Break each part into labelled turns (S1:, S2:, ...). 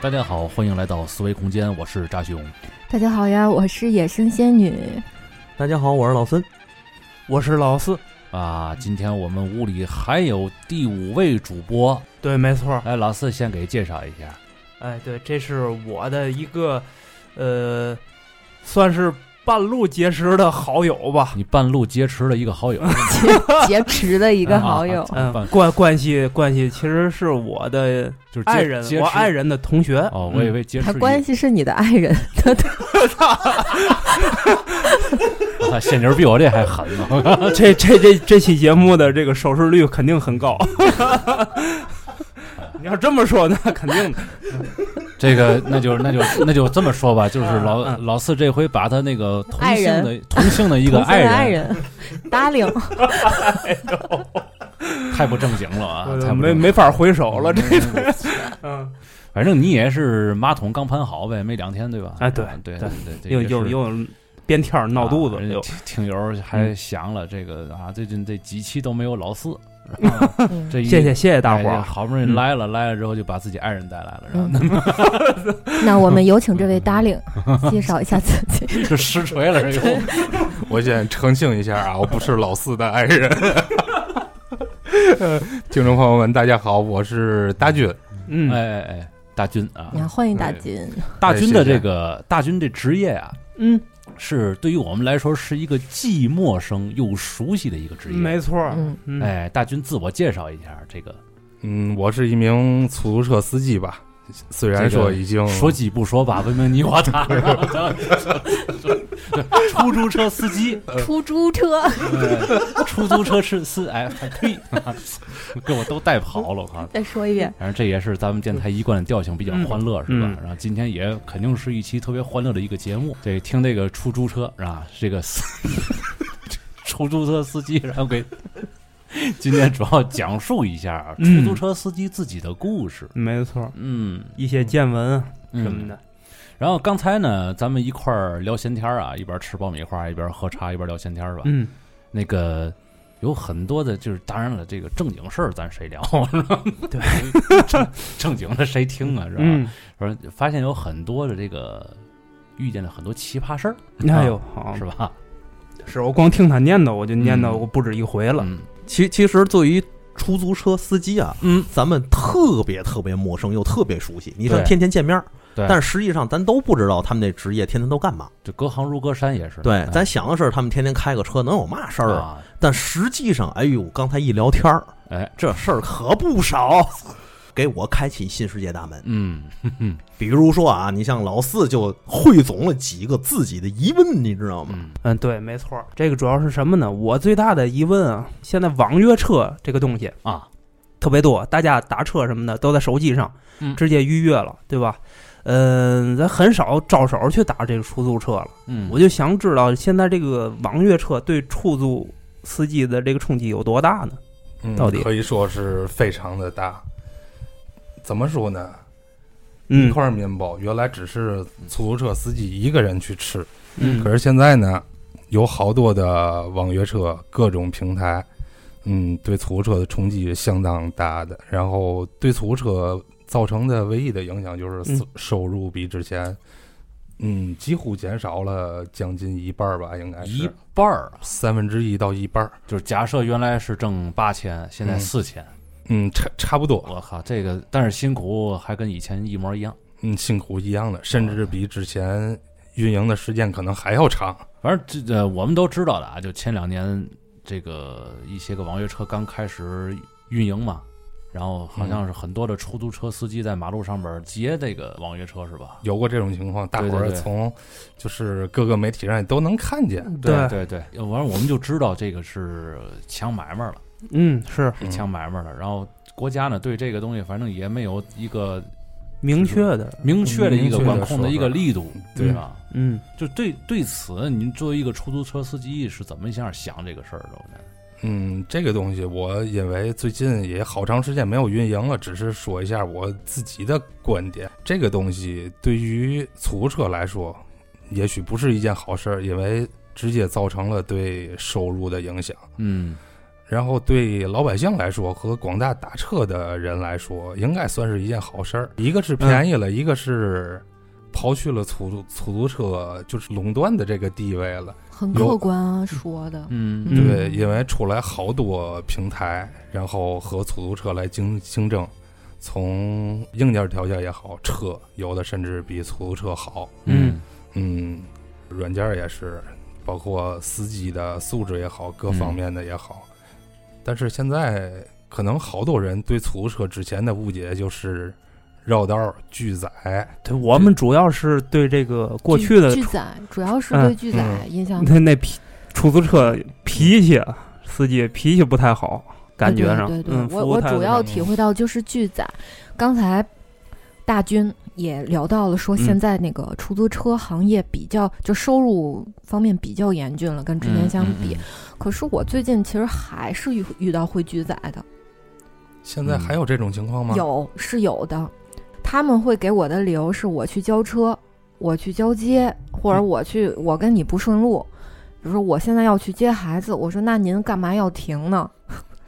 S1: 大家好，欢迎来到思维空间，我是扎熊。
S2: 大家好呀，我是野生 仙女。
S3: 大家好，我是老孙，
S4: 我是老四。
S1: 啊，今天我们屋里还有第五位主播，
S4: 对，没错。
S1: 哎，老四先给介绍一下。
S4: 哎，对，这是我的一个，呃，算是半路结识的好友吧。
S1: 你半路劫持了一个好 友，
S2: 劫持的一个好友，
S1: 啊
S4: 嗯
S1: 半，
S4: 关关系关系其实是我的
S1: 就是劫
S4: 爱人
S1: 劫，持
S4: 我爱人的同学。嗯
S1: 哦，我以为劫持
S2: 他
S1: 一
S2: 关系是你的爱人，
S1: 啊现牛比我这还狠呢。
S4: 嗯这这这这期节目的这个收视率肯定很高。 你要这么说，那肯定的。
S1: 这个那就那就那就这么说吧，就是老
S4: 嗯
S1: 老四这回把他那个同性
S2: 爱
S1: 的同性的 一
S2: 同
S1: 个
S2: 性的
S1: 爱
S2: 爱
S1: 人
S2: 人， 搭领。
S1: 太不正经了 啊，太不
S4: 呃没
S1: 正经
S4: 没法回首了，这
S1: 嗯
S4: 嗯，
S1: 反正你也是马桶刚盘好呗，没两天对吧？啊
S4: 哎对
S1: 对
S4: 对
S1: 对，
S4: 又
S1: 这
S4: 又
S1: 是
S4: 又边天儿闹肚子
S1: 啊
S4: 嗯了，
S1: 人家
S4: 又
S1: 听听友还想了这个啊，最近这几期都没有老四，
S2: 嗯
S1: 这一
S4: 谢谢谢谢大伙
S1: 哎呀
S4: 儿。
S1: 好不容易
S4: 嗯
S1: 来了，来了之后就把自己爱人带来了，然后
S2: 嗯， 那我们有请这位搭 领介绍一下自己。
S1: 就实锤了，这个
S3: 我先澄清一下啊，我不是老四的爱人。 听众朋友们，大家好，我是大军。
S4: 嗯，
S1: 哎哎哎，大军啊，
S2: 你看，欢迎大金，
S1: 大军的这个大军这职业啊，
S4: 嗯，
S1: 是对于我们来说是一个既陌生又熟悉的一个职业。
S4: 没错儿，
S2: 嗯，
S4: 嗯，
S1: 哎，大军自我介绍一下，这个
S3: 嗯，我是一名出租车司机吧，虽然说已经
S1: 说几不说吧，文明你我他，然后 咱出租车司机，
S2: 出租车，
S1: 哎 出租车是司，哎，呸， 给我都带跑了，我靠！
S2: 再说一遍。
S1: 反正这也是咱们电台一贯的调性，比较欢乐，是
S4: 嗯
S1: 吧？然后今天也肯定是一期特别欢乐的一个节目。对，听这个出租车是吧？这个司 出租车司机，然后给今天主要讲述一下啊出
S4: 嗯
S1: 租车司机自己的故事。
S4: 没错儿，
S1: 嗯，
S4: 一些见闻啊
S1: 嗯
S4: 什么的。
S1: 然后刚才呢，咱们一块儿聊闲天儿啊，一边吃爆米花，一边喝茶，一边聊闲天儿吧。
S4: 嗯，
S1: 那个有很多的，就是当然了，这个正经事儿咱谁 聊？是吧
S4: 对，
S1: 正正经的谁听啊？是吧？
S4: 嗯，
S1: 说发现有很多的这个遇见了很多奇葩事儿，
S4: 哎呦，好
S1: 啊是吧？
S4: 是我光听他念叨，我就念叨
S1: 嗯
S4: 过不止一回了。
S1: 嗯
S5: 其其实作为出租车司机啊，
S1: 嗯，
S5: 咱们特别特别陌生又特别熟悉，你说
S1: 对
S5: 天天见面儿，
S1: 对
S5: 但是实际上咱都不知道他们这职业天天都干嘛。
S1: 这隔行如隔山也是。
S5: 对
S1: 哎，
S5: 咱想的是他们天天开个车能有嘛事儿啊？
S1: 啊，
S5: 但实际上，哎呦，刚才一聊天儿，
S1: 哎，
S5: 这事儿可不少， 给我开启新世界大门。
S1: 嗯，哼哼
S5: 比如说啊，你像老四就汇总了几个自己的疑问，你知道吗？
S1: 嗯
S4: 嗯，对，没错儿，这个主要是什么呢？我最大的疑问啊，现在网约车这个东西
S1: 啊，
S4: 特别多，大家打车什么的都在手机上
S1: 嗯
S4: 直接预约了，对吧？嗯，咱很少招手去打这个出租车了。
S1: 嗯，
S4: 我就想知道，现在这个网约车对出租司机的这个冲击有多大呢？
S3: 嗯
S4: 到底
S3: 可以说是非常的大。怎么说呢？一
S4: 嗯
S3: 块面包原来只是出租车司机一个人去吃，
S4: 嗯，
S3: 可是现在呢，有好多的网约车各种平台，嗯，对出租车的冲击是相当大的。然后对出租车造成的唯一的影响就是
S4: 嗯
S3: 收收入比之前，嗯，几乎减少了将近一半儿吧，应该
S1: 一
S3: 是
S1: 半儿啊，
S3: 三分之一到一半儿，
S1: 就是假设原来是挣八千，现在
S3: 嗯
S1: 四千，
S3: 嗯，差差不多，
S1: 我靠，这个但是辛苦还跟以前一模一样。
S3: 嗯，辛苦一样的，甚至比之前运营的时间可能还要长。
S1: 反正这呃，我们都知道的啊，就前两年这个一些个网约车刚开始运营嘛，然后好像是很多的出租车司机在马路上边接这个网约车是吧？
S3: 有过这种情况，大
S1: 对
S3: 伙
S1: 对
S3: 儿
S1: 对
S3: 从就是各个媒体上也都能看见。
S4: 对，
S1: 对对，要不然我们就知道这个是抢买卖了，
S4: 嗯，是
S1: 是抢买卖了。然后国家呢对这个东西反正也没有一个
S4: 明确的，
S1: 明确的一个
S3: 明确的
S1: 管控的
S3: 说
S1: 一个
S3: 法
S1: 力度，对吧？
S4: 嗯，
S1: 就对对此，您作为一个出租车司机是怎么一下想这个事儿的？我觉得
S3: 嗯，这个东西我因为最近也好长时间没有运营了，只是说一下我自己的观点。这个东西对于出租车来说，也许不是一件好事儿，因为直接造成了对收入的影响。
S1: 嗯
S3: 然后对老百姓来说和广大打车的人来说，应该算是一件好事儿。一个是便宜了，一个是刨去了出租出租车就是垄断的这个地位了。
S2: 很
S3: 有
S2: 客观啊，说的，
S1: 嗯
S2: 嗯
S3: 对，因为出来好多平台，然后和出租车来竞竞争，从硬件条件也好，车有的甚至比出租车好，
S1: 嗯
S3: 嗯，软件也是，包括司机的素质也好，各方面的也好。嗯但是现在可能好多人对出租车之前的误解就是绕道儿拒载，
S4: 对，我们主要是对这个过
S2: 巨
S4: 去的
S2: 巨仔，主要是
S4: 嗯
S2: 对巨仔印象
S4: 那那脾出租车脾气，啊司机脾气不太好，感觉上，
S2: 对对对对，
S4: 嗯，服
S2: 我
S4: 务
S2: 我
S4: 态
S2: 主
S4: 度
S2: 要
S4: 上
S2: 体会到就是拒载。刚才大军也聊到了，说现
S1: 嗯
S2: 在那个出租车行业比较就收入方面比较严峻了，
S1: 嗯
S2: 跟之前
S4: 嗯
S2: 相比。可是我最近其实还是遇遇到会拒载的，
S3: 现在还有这种情况吗？
S2: 有是有的。他们会给我的理由是我去交车，我去交接，或
S4: 嗯
S2: 者我去我跟你不顺路。比如说我现在要去接孩子，我说那您干嘛要停呢？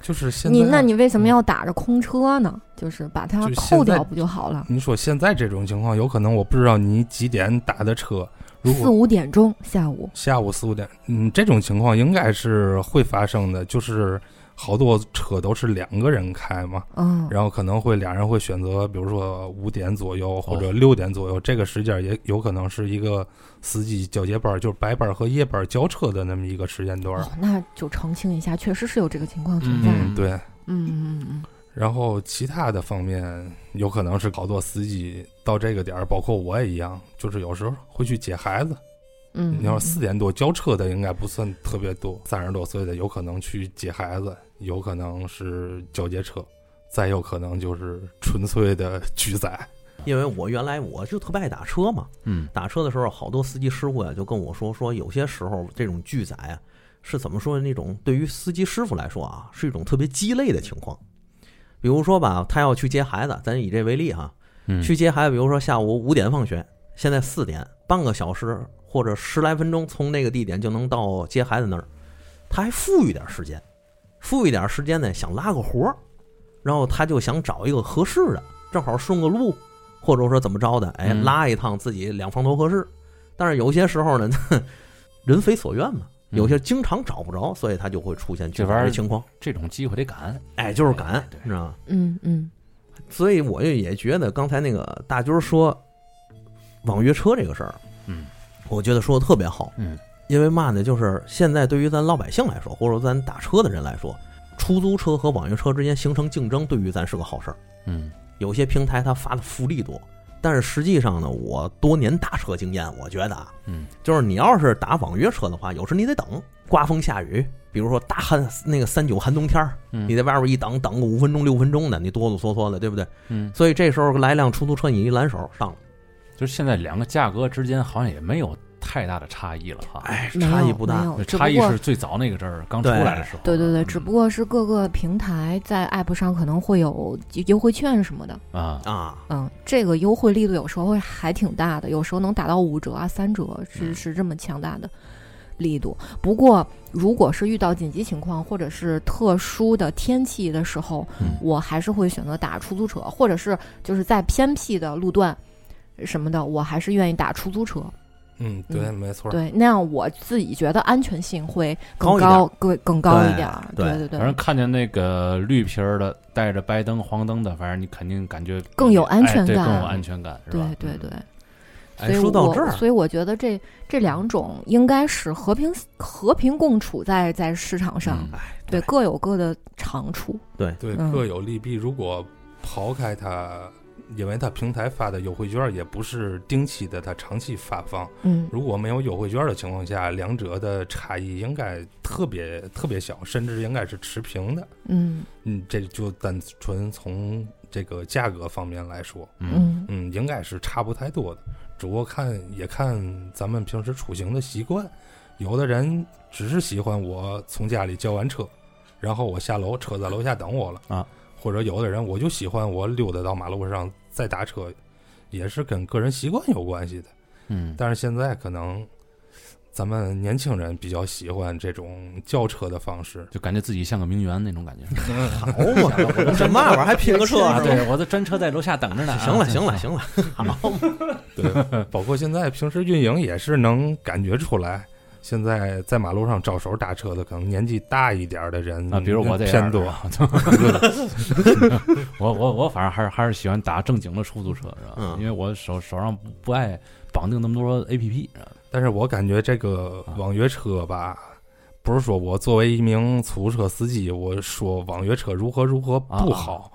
S3: 就是现在
S2: 你那你为什么要打着空车呢？就是把它
S3: 啊嗯就现
S2: 扣
S3: 在
S2: 掉不就好了？
S3: 你说现在这种情况，有可能我不知道你几点打的车，如
S2: 四
S3: 果
S2: 五点钟下午，
S3: 下午四五点，嗯，这种情况应该是会发生的，就是好多车都是两个人开嘛，
S2: 嗯，
S3: 然后可能会俩人会选择，比如说五点左右或
S1: 哦
S3: 者六点左右，这个时间也有可能是一个司机交接班儿，就是白班儿和夜班儿交车的那么一个时间段儿
S2: 哦。，那就澄清一下，确实是有这个情况存在。
S1: 嗯
S3: 嗯，对。
S2: 嗯嗯嗯
S3: 然后其他的方面，有可能是好多司机到这个点儿，包括我也一样，就是有时候会去接孩子。
S2: 嗯，
S3: 你要是四点多交车的，应该不算特别多。三十多岁的有可能去接孩子，有可能是交接车，再有可能就是纯粹的拒载。
S5: 因为我原来我就特别爱打车嘛，
S1: 嗯
S5: 打车的时候好多司机师傅呀就跟我说，说有些时候这种拒载啊是怎么说呢那种对于司机师傅来说啊是一种特别鸡肋的情况。比如说吧，他要去接孩子，咱以这为例哈、
S1: 嗯，
S5: 去接孩子，比如说下午五点放学，现在四点，半个小时或者十来分钟，从那个地点就能到接孩子那儿。他还富裕点时间，富裕点时间呢，想拉个活儿，然后他就想找一个合适的，正好顺个路，或者说怎么着的，哎，
S1: 嗯
S5: 拉一趟自己两方头合适。但是有些时候呢， 人非所愿嘛，
S1: 嗯
S5: 有些经常找不着，所以他就会出现
S1: 这玩意儿
S5: 的情况。
S1: 这种机会得赶，
S5: 哎，就是赶
S1: 对，
S5: 你知道吗？
S2: 嗯嗯，
S5: 所以我也也觉得刚才那个大军儿说网约车这个事儿，
S1: 嗯，
S5: 我觉得说的特别好，
S1: 嗯，
S5: 因为嘛呢，就是现在对于咱老百姓来说，或者说咱打车的人来说，出租车和网约车之间形成竞争，对于咱是个好事儿。
S1: 嗯
S5: 有些平台它发的福利多，但是实际上呢，我多年打车经验，我觉得啊，
S1: 嗯，
S5: 就是你要是打网约车的话，有时你得等，刮风下雨，比如说大寒那个三九寒冬天儿，
S1: 嗯
S5: 你在外边一等，等个五分钟六分钟的，你哆哆嗦嗦的，对不对？
S1: 嗯，
S5: 所以这时候来辆出租车，你一拦手上了，
S1: 就是现在两个价格之间好像也没有太大的差异了哈。
S5: 哎，
S2: 没有
S5: 差异不
S2: 没
S5: 大。
S2: 有只不
S1: 差异
S2: 过
S1: 是最早那个阵儿刚出来的时候，
S2: 对对对，
S1: 嗯
S2: 只不过是各个平台在 app 上可能会有优惠券什么的，
S1: 啊，
S5: 啊，
S2: 嗯，这个优惠力度有时候会还挺大的，有时候能打到五折啊、三折，是是这么强大的力度。不过，如果是遇到紧急情况或者是特殊的天气的时候，
S1: 嗯
S2: 我还是会选择打出租车，或者是就是在偏僻的路段什么的，我还是愿意打出租车。
S3: 嗯，对，没错。
S2: 对，那样我自己觉得安全性会更
S5: 高一点
S2: 高，更更高一
S5: 对
S2: 点儿。
S5: 对
S2: 对对
S1: 反正看见那个绿皮儿的，带着白灯、黄灯的，反正你肯定感觉
S2: 更有安
S1: 哎
S2: 全
S1: 对
S2: 感
S1: 更有安全感，是吧嗯
S2: 对？对对。所
S5: 哎，
S2: 以
S5: 说到这儿
S2: 我， 所以我觉得这这两种应该是和平和平共处在在市场上，
S1: 嗯
S5: 哎，
S2: 对各有各的长处。
S3: 对，
S2: 嗯
S3: 各有利弊。如果刨开它，因为它平台发的优惠券也不是定期的，它长期发放。
S2: 嗯，
S3: 如果没有优惠券的情况下，两者的差异应该特别特别小，甚至应该是持平的。
S2: 嗯
S3: 嗯，这就单纯从这个价格方面来说，
S1: 嗯
S2: 嗯
S3: 嗯，应该是差不太多的。只不过看也看咱们平时出行的习惯，有的人只是喜欢我从家里叫完车，然后我下楼，车在楼下等我了
S1: 啊。
S3: 或者有的人我就喜欢我溜达到马路上再打车，也是跟个人习惯有关系的。
S1: 嗯，
S3: 但是现在可能咱们年轻人比较喜欢这种轿车的方式，
S1: 就感觉自己像个名媛那种 感觉。
S5: 好嘛，这嘛玩意儿还拼个车啊？
S1: 对，我的专车在楼下等着呢。啊
S5: 行了，行了，行了，
S3: 对，包括现在平时运营也是能感觉出来，现在在马路上招手打车的，可能年纪大一点的人
S1: 啊，比如我这
S3: 偏
S1: 样
S3: 多。
S1: 的， 我我我反正还是还是喜欢打正经的出租车，是吧？
S5: 嗯
S1: 因为我手手上不不爱绑定那么多 A P P，
S3: 但是我感觉这个
S1: 啊
S3: 网约车吧，不是说我作为一名出租车司机，我说网约车如何如何
S1: 啊
S3: 不好，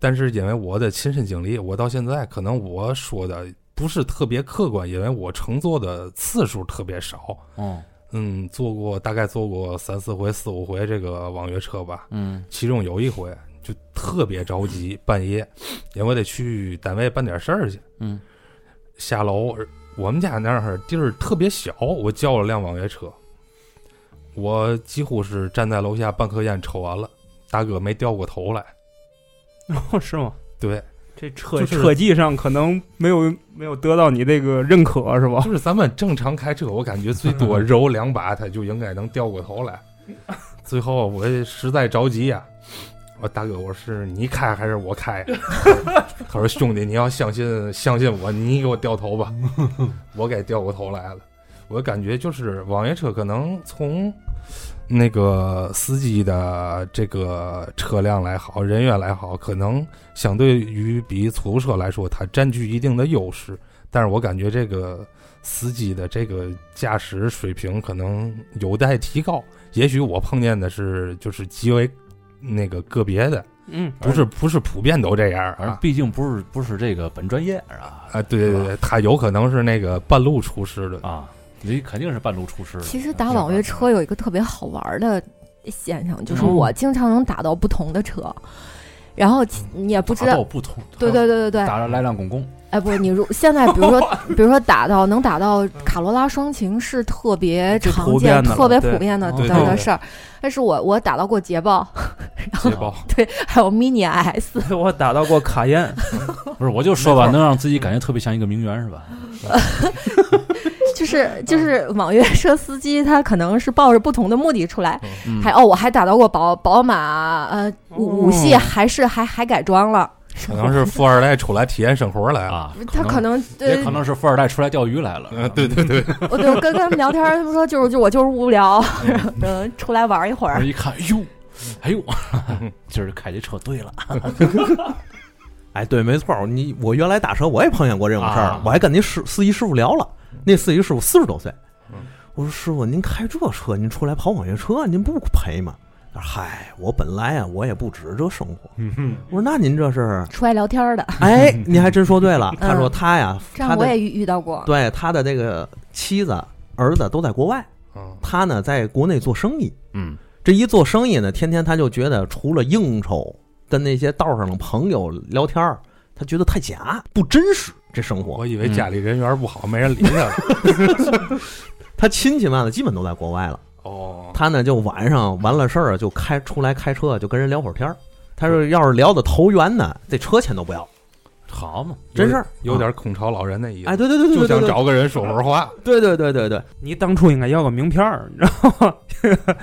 S3: 但是因为我的亲身经历，我到现在可能我说的不是特别客观，因为我乘坐的次数特别少，
S1: 哦，
S3: 嗯，坐过大概坐过三四回、四五回这个网约车吧，
S1: 嗯
S3: 其中有一回就特别着急，半夜，因为我得去单位办点事儿去。
S1: 嗯
S3: 下楼，我们家那儿地儿特别小，我叫了辆网约车，我几乎是站在楼下半颗烟抽完了，大哥没掉过头来。
S4: 哦，是吗？
S3: 对，
S4: 这车、
S3: 就是
S4: 车技上可能没有没有得到你这个认可是吧？嗯
S3: 就是咱们正常开车，我感觉最 多揉两把，他就应该能掉过头来。最后我实在着急呀、我说大哥，我是你开还是我开 呀？他说兄弟，你要相信相信我，你给我掉 头吧，我给掉过头来了。我感觉就是网约车可能从那个司机的这个车辆来好，人员来好，可能相对于比出租车来说，它占据一定的优势。但是我感觉这个司机的这个驾驶水平可能有待提高。也许我碰见的是就是极为那个个别的，
S4: 嗯，
S3: 不是不是普遍都这样
S1: 反正
S3: 哎啊
S1: 毕竟不是不是这个本专业啊
S3: 啊！对对对，他有可能是那个半路出师的。
S1: 啊，你肯定是半路出师的。
S2: 其实打网约车有一个特别好玩的现象，就是我经常能打到不同的车，然后其也不知
S3: 啊
S1: 打道
S2: 道。
S1: 不通，
S2: 对对对对对，
S1: 打着来辆公共，
S2: 哎，不，你如现在比如说，比如说打到能打到卡罗拉双擎是特别
S4: 这
S2: 常
S4: 普
S2: 见、
S4: 遍的了
S2: 特别
S4: 对
S2: 普遍的
S1: 对
S2: 的
S3: 对对
S2: 的事儿，但是我我打到过捷豹，
S3: 捷豹，
S2: 还有 Mini S，
S4: 我打到过卡宴，
S1: 不是我就说吧，能让自己感觉特别像一个名媛是吧？
S2: 就是就是网约车司机他可能是抱着不同的目的出来，
S1: 嗯
S2: 还哦，我还打到过宝宝马，呃，五五系
S4: 哦
S2: 还是还还改装了，
S3: 可能是富二代出来体验生活来了。
S1: 啊，
S2: 他可能对
S1: 也可能是富二代出来钓鱼来了。
S3: 嗯，对对对，
S2: 我就跟跟他们聊天儿，他们说就是就我就是无聊， 嗯，出来玩一会
S1: 然后
S2: 儿。
S1: 一看，哎呦，哎呦， 今儿开这车对了，
S5: 哎，对，没错儿，你我原来打车我也碰见过这种事儿，
S1: 啊
S5: 我还跟那师司机师傅聊了，那司机师傅四十多岁
S3: 嗯，
S5: 我说师傅您开这车，您出来跑网约车，您不赔吗？他说嗨，我本来啊我也不指着这生活，
S2: 嗯
S5: 我说那您这 是，
S2: 出来聊天儿的，
S5: 哎，您还真说对了。
S2: 嗯
S5: 他说他呀，
S2: 这
S5: 他
S2: 样我
S5: 的
S2: 也遇遇到过。
S5: 对他的那个妻子儿子都在国外，
S3: 嗯，
S5: 他呢在国内做生意，
S1: 嗯，
S5: 这一做生意呢，天天他就觉得除了应酬，跟那些道上的朋友聊天儿，他觉得太假，不真实。这生活
S3: 我，嗯以为家里人缘不好，没人理他。
S5: 他亲戚嘛的基本都在国外了。
S3: 哦，
S5: 他呢就晚上完了事儿就开出来开车，就跟人聊会儿天儿。他说要是聊的投缘呢，这车钱都不要，
S1: 好嘛，
S5: 真事儿，
S3: 有点空巢老人那意
S5: 哎，
S3: 思，
S5: 对对对
S3: 就
S5: 对对
S3: 想
S5: 对，
S3: 找个人说会儿话。
S5: 对对对对对，
S4: 你当初应该要个名片儿，你知道吗？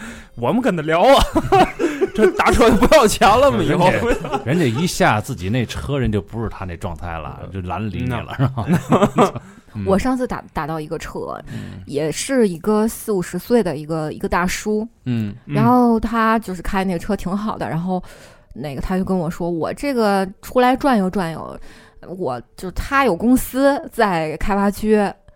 S4: 我们跟他聊啊， 这打车就不要钱 了嘛，以后嗯
S1: 人人家一下自己那车，人就不是他那状态了，
S3: 嗯
S1: 就懒得理你了，是吧？ 嗯
S2: 我上次打打到一个车，
S3: 嗯
S2: 也是一个四五十岁的一个一个大叔，
S1: 嗯
S2: 然后他就是开那个车挺好的，然后那个他就跟我说，我这个出来转悠转悠，我就他有公司在开发区，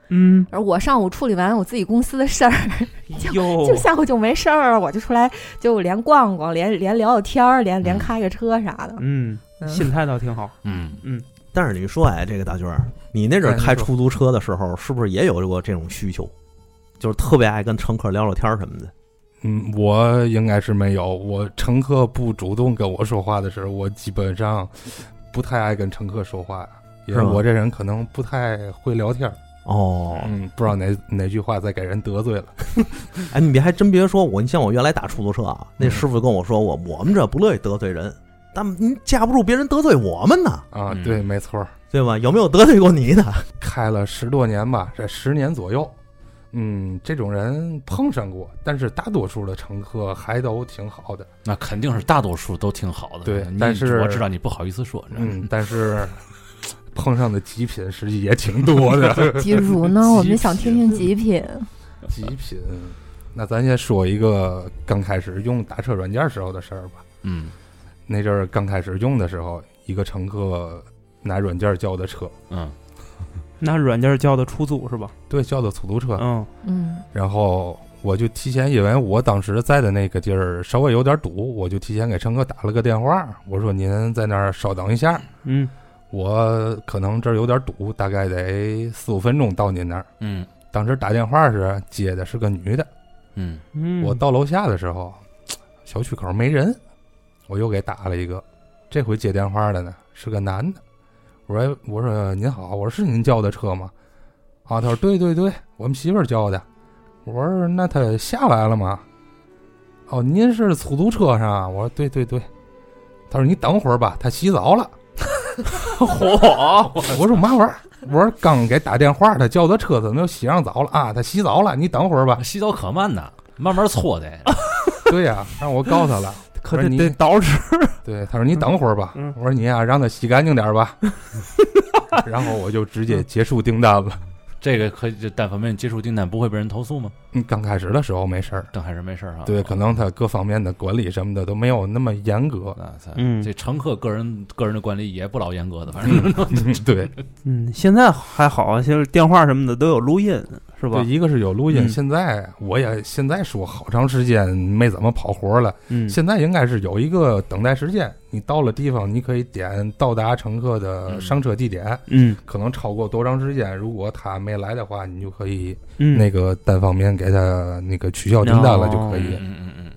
S4: 嗯，
S2: 而我上午处理完我自己公司的事儿，
S4: 哟
S2: 就，下午就没事儿，我就出来就连逛逛，连连聊聊天儿，连连开个车啥的。
S4: 嗯，心态倒挺好，
S1: 嗯，
S5: 但是你说，哎，这个大娟儿，你那阵儿
S3: 哎你
S5: 开
S3: 说
S5: 出租车的时候，是不是也有过这种需求？就是特别爱跟乘客聊聊天儿什么的。
S3: 嗯，我应该是没有。我乘客不主动跟我说话的时候，我基本上不太爱跟乘客说话，因为
S5: 是吗
S3: 我这人可能不太会聊天儿。
S5: 哦，
S3: 嗯，不知道哪哪句话再给人得罪了。嗯
S5: 哎，你别还真别说，我你像我原来打出租车啊，那师傅跟我说我我们这不乐意得罪人，但您架不住别人得罪我们呢，
S3: 啊，
S1: 嗯
S3: 对，没错儿，
S5: 对吧？有没有得罪过你的？
S3: 开了十多年吧，这十年左右。嗯，这种人碰上过，但是大多数的乘客还都挺好的。
S1: 那肯定是大多数都挺好的。
S3: 对
S1: 你
S3: 但是
S1: 我知道你不好意思说，
S3: 嗯，但是碰上的极品实际也挺多的。
S2: 极如呢？我们想听听极品。
S3: 极品，那咱先说一个刚开始用打车软件时候的事儿吧。
S1: 嗯
S3: 那阵儿刚开始用的时候，一个乘客拿软件叫的车，
S1: 嗯
S4: 那软件叫的出租是吧？
S3: 对，叫的出租车。
S4: 嗯
S2: 嗯
S3: 然后我就提前，因为我当时在的那个地儿稍微有点堵，我就提前给乘客打了个电话，我说您在那儿稍等一下，
S4: 嗯，
S3: 我可能这儿有点堵，大概得四五分钟到您那儿。
S1: 嗯
S3: 当时打电话时接的是个女的，
S1: 嗯
S4: 嗯
S3: 我到楼下的时候，小区口没人，我又给打了一个。这回接电话的呢是个男的，我说我说您好，我说是您叫的车吗？啊，他说对对对，我们媳妇儿叫的。我说那他下来了吗？哦，您是出租车上啊？我说对对对。他说你等会儿吧，他洗澡了。
S1: 嚯，
S3: 我说嘛玩意儿？我说刚给打电话，他叫的车怎么又洗上澡了啊？他洗澡了，你等会儿吧。
S1: 洗澡可慢呐，慢慢搓的。
S3: 对呀、让我告他了。
S4: 可
S3: 不是
S4: 得
S3: 你
S4: 得捯饬，
S3: 对，他说你等会儿吧。
S4: 嗯
S3: 我说你呀、让他洗干净点儿吧。 然后我就直
S4: 嗯
S3: 接结束订单了。
S1: 这个可以，这但凡没接触订单，不会被人投诉吗？
S3: 嗯，刚开始的时候没事儿，
S1: 这还是没事儿哈。
S3: 对，可能他各方面的管理什么的都没有那么严格。
S1: 啊，操
S4: 嗯
S1: 这乘客个人个人的管理也不老严格的， 反正
S3: 对，
S4: 嗯，现在还好，就是电话什么的都有录音，是吧
S3: 对，？一个是有录音，
S4: 嗯
S3: 现在我也现在说好长时间没怎么跑活了，
S4: 嗯，
S3: 现在应该是有一个等待时间，你到了地方，你可以点到达乘客的
S1: 嗯
S3: 上车地点，
S4: 嗯
S3: 可能超过多长时间，如果他没来的话，你就可以
S4: 嗯，？
S3: 那个单方面给他那个取消订单了就可以。
S1: 嗯嗯嗯嗯。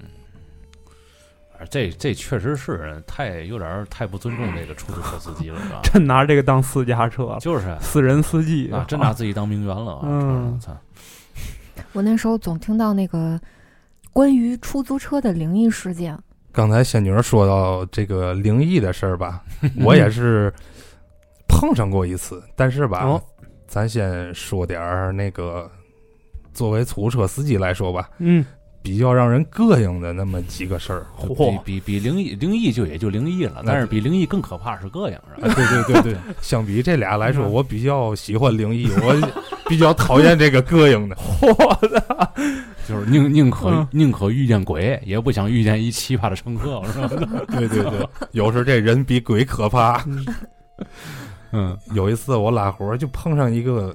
S1: 而这这确实是太有点儿太不尊重这个出租车司机了，是吧
S4: 真拿这个当私家车了，
S1: 就是
S4: 私人司机哦
S1: 啊，真拿自己当名媛了啊！
S4: 哎嗯
S1: 操，
S2: 我那时候总听到那个关于出租车的灵异事件，
S3: 刚才仙女儿说到这个灵异的事 儿吧，我也是碰上过一次，但是吧，
S4: 哦
S3: 咱先说点儿那个，作为出租车司机来说吧，
S4: 嗯，
S3: 比较让人膈应的那么几个事儿。
S1: 比比比灵异灵异就也就灵异了，但是比灵异更可怕是膈应是吧？
S3: 对啊对对 对，相比这俩来说，
S4: 嗯
S3: 我比较喜欢灵异，我比较讨厌这个膈应 的。
S4: 我的，
S1: 就是宁宁可、
S4: 嗯
S1: 宁可遇见鬼，也不想遇见一奇葩的乘客，是吧？
S3: 对对对，有时这人比鬼可怕。
S1: 嗯
S3: 有一次我拉活儿就碰上一个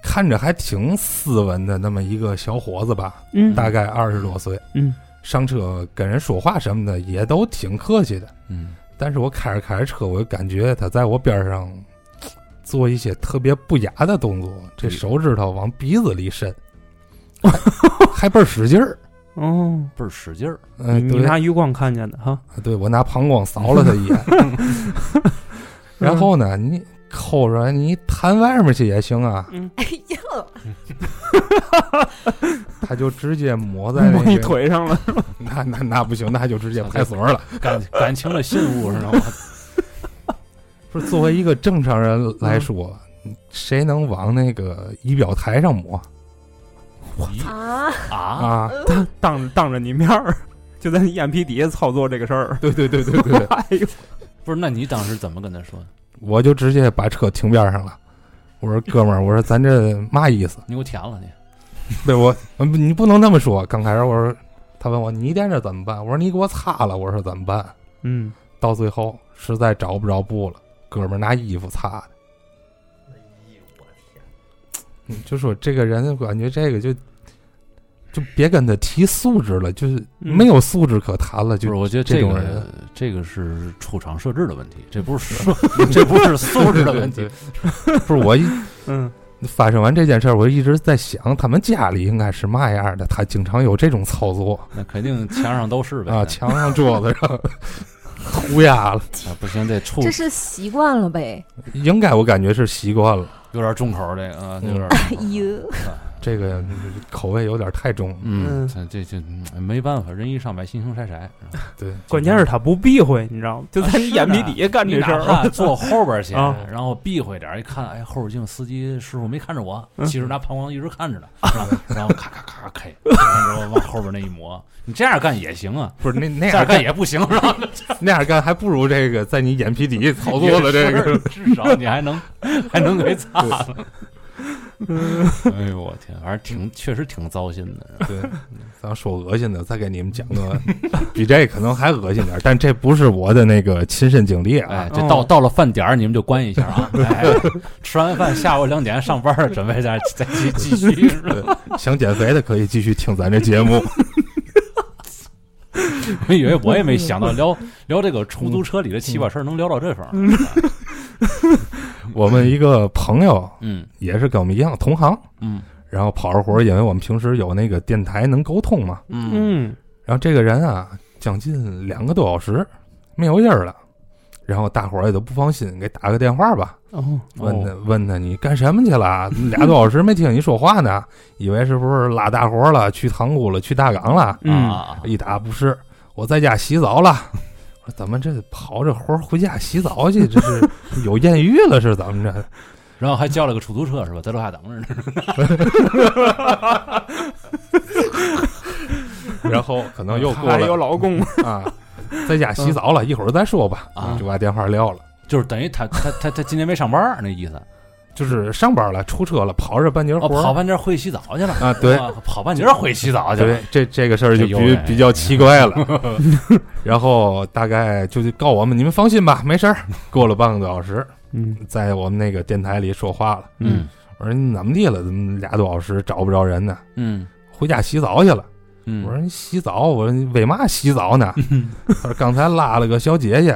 S3: 看着还挺斯文的那么一个小伙子吧，
S4: 嗯
S3: 大概二十多岁，
S4: 嗯
S3: 上车跟人说话什么的也都挺客气的。
S1: 嗯，
S3: 但是我开着开着车，我就感觉他在我边上做一些特别不雅的动作，这
S1: 对
S3: 手指头往鼻子 里伸，还还倍儿使劲儿。
S4: 哦，
S1: 倍儿使劲儿，
S3: 嗯、
S4: 你
S3: 对
S4: 拿余光看见的哈，
S3: 对我拿膀胱扫了他一 眼， 然后呢，你扣着你弹外面去也行啊，
S4: 嗯，
S2: 哎呀，
S3: 他就直接抹在
S4: 摸
S3: 那
S4: 你
S3: 个，
S4: 腿上了，
S3: 那那那不行，那就直接派出所了。
S1: 感感情的信物是吧？
S3: 不是作为一个正常人来说，谁能往那个仪表台上抹
S2: 啊，
S1: 啊，
S3: 啊？
S4: 当当当着你面儿， 就在你眼皮底下操作这个事儿，
S3: 对对对对对，
S4: 哎呦，
S1: 不是？那你当时怎么跟他说的？
S3: 我就直接把车停边上了。我说哥们儿，我说咱这嘛意思？
S1: 你给我舔了你，
S3: 对我，嗯你不能那么说。刚开始我说，他问我你惦着怎么办？我说你给我擦了。我说怎么办？
S4: 嗯，
S3: 到最后实在找不着布了，哥们儿拿衣服擦的。嗯就说这个人，我感觉这个就就别跟他提素质了，就是
S4: 嗯
S3: 没有素质可谈了，
S1: 不是？
S3: 就
S1: 我觉得
S3: 这
S1: 这
S3: 种
S1: 个
S3: 人
S1: 这个是出厂设置的问题，这不是说 这不是素质的问题
S3: 对。不是我一
S4: 嗯
S3: 发生完这件事儿，我一直在想，他们家里应该是嘛样的？他经常有这种操作
S1: 那肯定墙上都是呗。
S3: 啊， 墙上、桌子上涂鸦了，
S1: 啊不行，这处
S2: 这是习惯了呗。
S3: 应该我感觉是习惯了。
S1: 有点重口，这个啊，有点
S2: 哎呦，
S1: 啊
S3: 这个口味有点太重。
S1: 嗯，
S5: 嗯
S1: 这这这嗯没办法，人一上百，心情晒晒。
S3: 对，
S4: 关键是他不避讳，你知道吗？就在你眼皮底下干
S1: 你
S4: 这事
S1: 哪
S4: 儿
S1: 怕坐后边儿去，
S4: 啊
S1: 然后避讳点儿，一看，哎，后视镜司机师傅没看着我，
S4: 嗯
S1: 其实拿膀胱一直看着呢，是吧然后咔咔咔开，然后往后边那一磨，你这样干也行啊，
S3: 不是那那
S1: 这样干
S3: 样干
S1: 也不行，是吧？
S3: 那样干还不如这个在你眼皮底下操作的这个。
S1: 至少你还 能还能给擦了。哎呦我天，反正挺确实挺糟心的。
S3: 对，咱说恶心的，再给你们讲个比这可能还恶心点儿，但这不是我的那个亲身经历啊
S1: 哎，。这到到了饭点儿，你们就关一下啊！哎，吃完饭下午两点上班儿，准备再再继继 续。是吧
S3: 想减肥的可以继续听咱这节目。
S1: 我以为我也没想到聊聊这个出租车里的奇葩事儿能聊到这份儿。
S3: 嗯我们一个朋友
S1: 嗯
S3: 也是跟我们一样同行，
S1: 嗯
S3: 然后跑着活儿，因为我们平时有那个电台能沟通嘛。
S1: 嗯
S4: 嗯
S3: 然后这个人啊，将近两个多小时没有音儿了，然后大伙儿也都不放心，给打个电话吧，
S4: 哦，
S3: 问他、问他你干什么去了？ 俩多小时没听你说话呢，以为是不是拉大活儿了，去塘沽了，去大港了？
S4: 嗯
S1: 啊，
S3: 一打不是，我在家洗澡了。我说怎么这跑着活儿回家洗澡去？这是有艳遇了是怎么着？
S1: 然后还叫了个出租车是吧？在楼下等着呢。
S3: 然后可能又过
S4: 还有
S3: 了
S4: 老公，
S3: 啊，在家洗澡了，一会儿再说吧
S1: 啊，
S3: 就把电话撂了。
S1: 就是等于他他他他今天没上班儿那意思，
S3: 就是上班了，出车了，跑着半截活
S1: 哦，
S3: 儿、
S1: 跑半截儿回洗澡去了。
S3: 啊，对
S1: 啊，跑半截儿回洗澡去了
S3: 对。，这这个事儿就
S1: 哎呦
S3: 比
S1: 喂
S3: 比较奇怪了。 然后大概就就告我们，你们放心 吧，没事儿。过了半个多小时，
S4: 嗯
S3: 在我们那个电台里说话了，
S1: 嗯
S3: 我说你怎么地了？怎么俩多小时找不着人呢？
S1: 嗯
S3: 回家洗澡去了。
S1: 嗯，
S3: 我说你洗澡，我说你为嘛洗澡 呢？他说刚才拉了个小姐姐，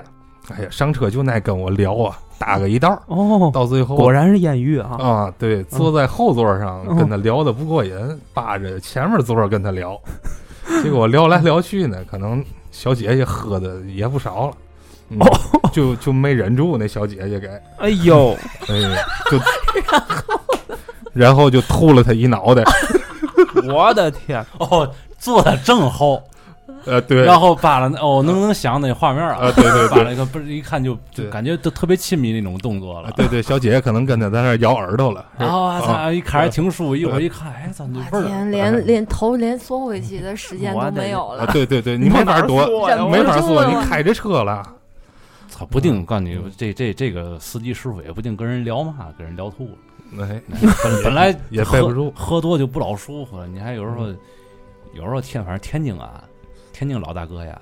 S3: 哎呀，上车就爱跟我聊啊，搭个一道儿，
S4: 哦，
S3: 到最后
S4: 果然是艳遇啊，
S3: 啊，对，坐在后座上
S4: 嗯
S3: 跟他聊的不过瘾，扒着前面座跟他聊， 结果聊来聊去呢，可能小姐姐喝的也不少了，嗯
S2: 哦
S3: 就就没忍住，那小姐姐给，
S4: 哎呦，
S3: 哎呦， 就然后就吐了他一 脑袋，
S4: 我的天，
S1: 哦，坐的正后，
S3: 呃，对，
S1: 然后扒了那哦，能能想那画面啊
S3: 啊，对 对
S1: 扒
S3: 对。
S1: 了一个不是一看就就
S3: 对
S1: 感觉都特别亲密那种动作
S3: 啊
S1: 了。
S3: 对对，小姐姐可能跟他在那儿摇耳朵了，
S1: 然后啊，
S3: 啊
S1: 操，一看还挺舒服，一会儿一看，哎，怎么味儿？
S2: 天，连连头连缩回去的时间
S4: 我
S2: 都
S4: 的
S2: 没
S1: 嗯
S2: 有
S3: 啊
S2: 了，，
S3: 对对对，你没法躲，
S2: 忍
S3: 没法
S2: 不住
S3: 坐，你
S2: 了
S3: 开着车了，
S1: 操，不
S3: 嗯
S1: 定我告诉你，这这这个司机师傅也不定跟人聊嘛，跟人聊吐了。
S3: 哎，
S1: 本本来
S3: 也
S1: 喝
S3: 背不住嗯
S1: 喝多就不老舒服了。你还有时候，有时候天，反正天津啊，天津老大哥呀，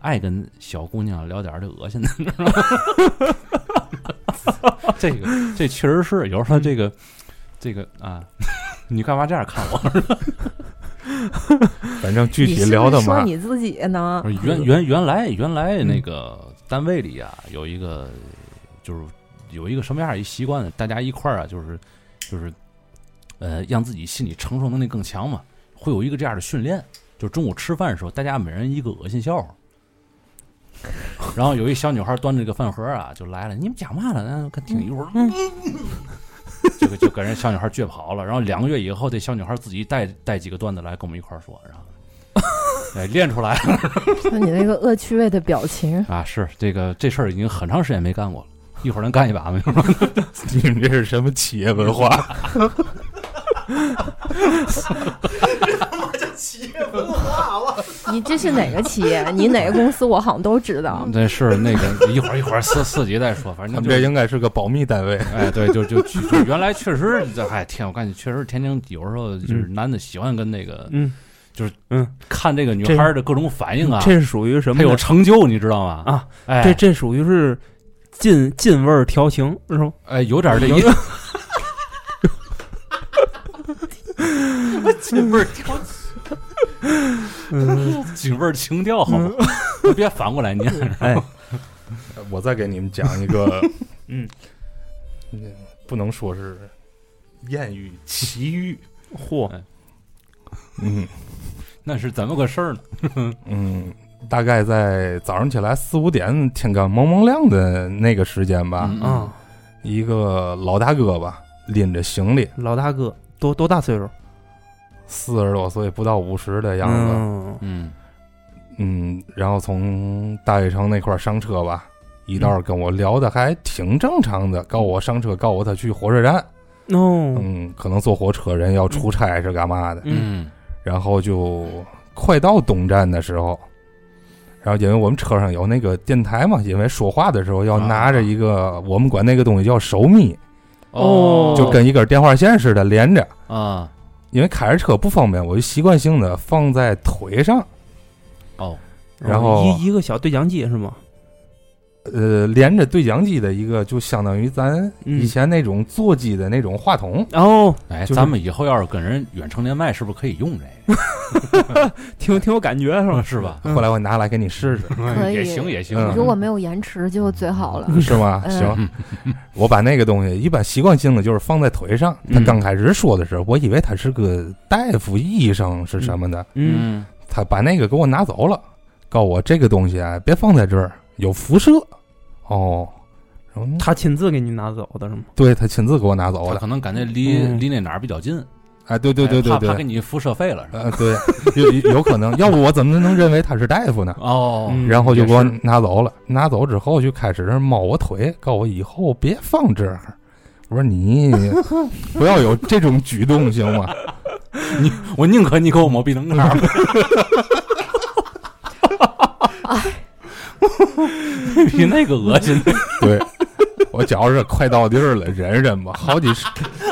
S1: 爱跟小姑娘聊点儿这恶心的，你知道吗？ 这个这确实是，有时候这个这个啊，你干嘛这样看我？
S3: 反正具
S2: 你
S3: 体
S2: 是不
S3: 聊
S2: 是
S3: 的
S2: 说
S3: 嘛，
S2: 你自己呢
S1: 不？是原原原来原来那个单位里啊，有一个就是有一个什么样儿一习惯呢？大家一块儿啊，就是就是呃，让自己心理承受能力更强嘛，会有一个这样的训练。就中午吃饭的时候，大家每人一个恶心笑话。然后有一小女孩端着个饭盒啊，就来了。你们讲嘛了？那跟听一会儿，这 个就给人小女孩撅跑了。然后两个月以后，这小女孩自己带带几个段子来跟我们一块儿说，然后哎练出来了。，
S2: 就你那个恶趣味的表情
S1: 啊，是这个这事儿已经很长时间没干过了，一会儿咱干一把没有？
S3: 你们这是什么企业文化？
S2: 你这是哪个企业？你哪个公司？我好像都知道。
S1: 对，是那个一会儿一会儿四四级再说，反正
S3: 他们
S1: 就
S3: 这应该是个保密单位。
S1: 哎对，就就就就原来确实这哎天，我感觉确实天津有时候就是男的喜欢跟那个、
S4: 嗯，
S1: 看这个女孩儿的各种反应啊，
S4: 这是属于什么
S1: 她
S4: 呢？
S1: 有成就，你知道吗？
S4: 啊，
S1: 哎
S4: 这这属于是进进味儿调情是吗？
S1: 哎有点这
S4: 有
S1: 意思。 进味儿调
S4: 嗯，
S1: 进味儿情调，好吗？别反过来念。
S4: 哎，，
S3: 呃我再给你们讲一个
S4: 嗯
S3: 嗯，不能说是艳遇奇遇，
S4: 嚯，
S1: 哎
S3: 嗯
S1: 那是怎么个事儿呢？
S3: 嗯，大概在早上起来四五点，天刚蒙蒙亮的那个时间吧，
S1: 嗯嗯
S4: 啊，
S3: 一个老大哥吧，拎着行李，
S4: 老大哥多多大岁数？
S3: 四十多岁不到五十的样子，
S4: 嗯
S1: 嗯
S3: 嗯，然后从大悦城那块儿上车吧，一道跟我聊的还挺正常的，告我上车，告我他去火车站，
S4: 哦，
S3: 嗯，可能坐火车人要出差是干嘛的，
S4: 嗯
S1: 嗯
S3: 然后就快到东站的时候，然后因为我们车上有那个电台嘛，因为说话的时候要
S1: 啊
S3: 拿着一个，我们管那个东西叫手咪，
S4: 哦
S3: 就跟一根电话线似的连着，
S1: 啊
S3: 因为开着车不方便，我就习惯性的放在腿上，
S1: 哦
S3: 然后
S4: 一一个小对讲机是吗？
S3: 呃，连着对讲机的一个，就相当于咱
S4: 嗯
S3: 以前那种座机的那种话筒，
S4: 哦，
S1: 哎，
S3: 就是
S1: 咱们以后要是跟人远程连麦，是不是可以用这
S4: 挺挺有感觉是
S1: 个？
S4: 吧？
S1: 是吧？
S4: 嗯
S3: 后来我拿来给你试试，
S2: 嗯可以
S1: 也行也行。啊
S3: 嗯
S2: 如果没有延迟就最 好了。
S3: 是吗？
S2: 嗯
S3: 行，我把那个东西一般习惯性的就是放在腿上。他
S4: 嗯
S3: 刚开始说的时候，我以为他是个大夫、医生是什么的，
S4: 嗯，
S3: 他把那个给我拿走了，告我这个东西啊，别放在这儿，有辐射。哦，然后
S4: 他亲自给你拿走的是吗？
S3: 对他亲自给我拿走
S1: 他
S3: 的，
S1: 可能感觉离
S4: 嗯
S1: 离那哪儿比较近，
S3: 哎，对对对
S1: 哎
S3: 对
S1: 怕怕给
S3: 对，
S1: 你辐射费了是吧？
S3: 呃，对，有有可能，要不我怎么能认为他是大夫呢？
S1: 哦
S4: 嗯
S3: 然后就给我
S1: 也是
S3: 拿走了。拿走之后就开始猫我腿，告我以后别放这儿。我说你 不要有这种举动行吗？
S1: 我宁可你给我抹避能杆 儿。 比那个恶心，
S3: 对，我觉着快到地儿了，忍忍吧。好几十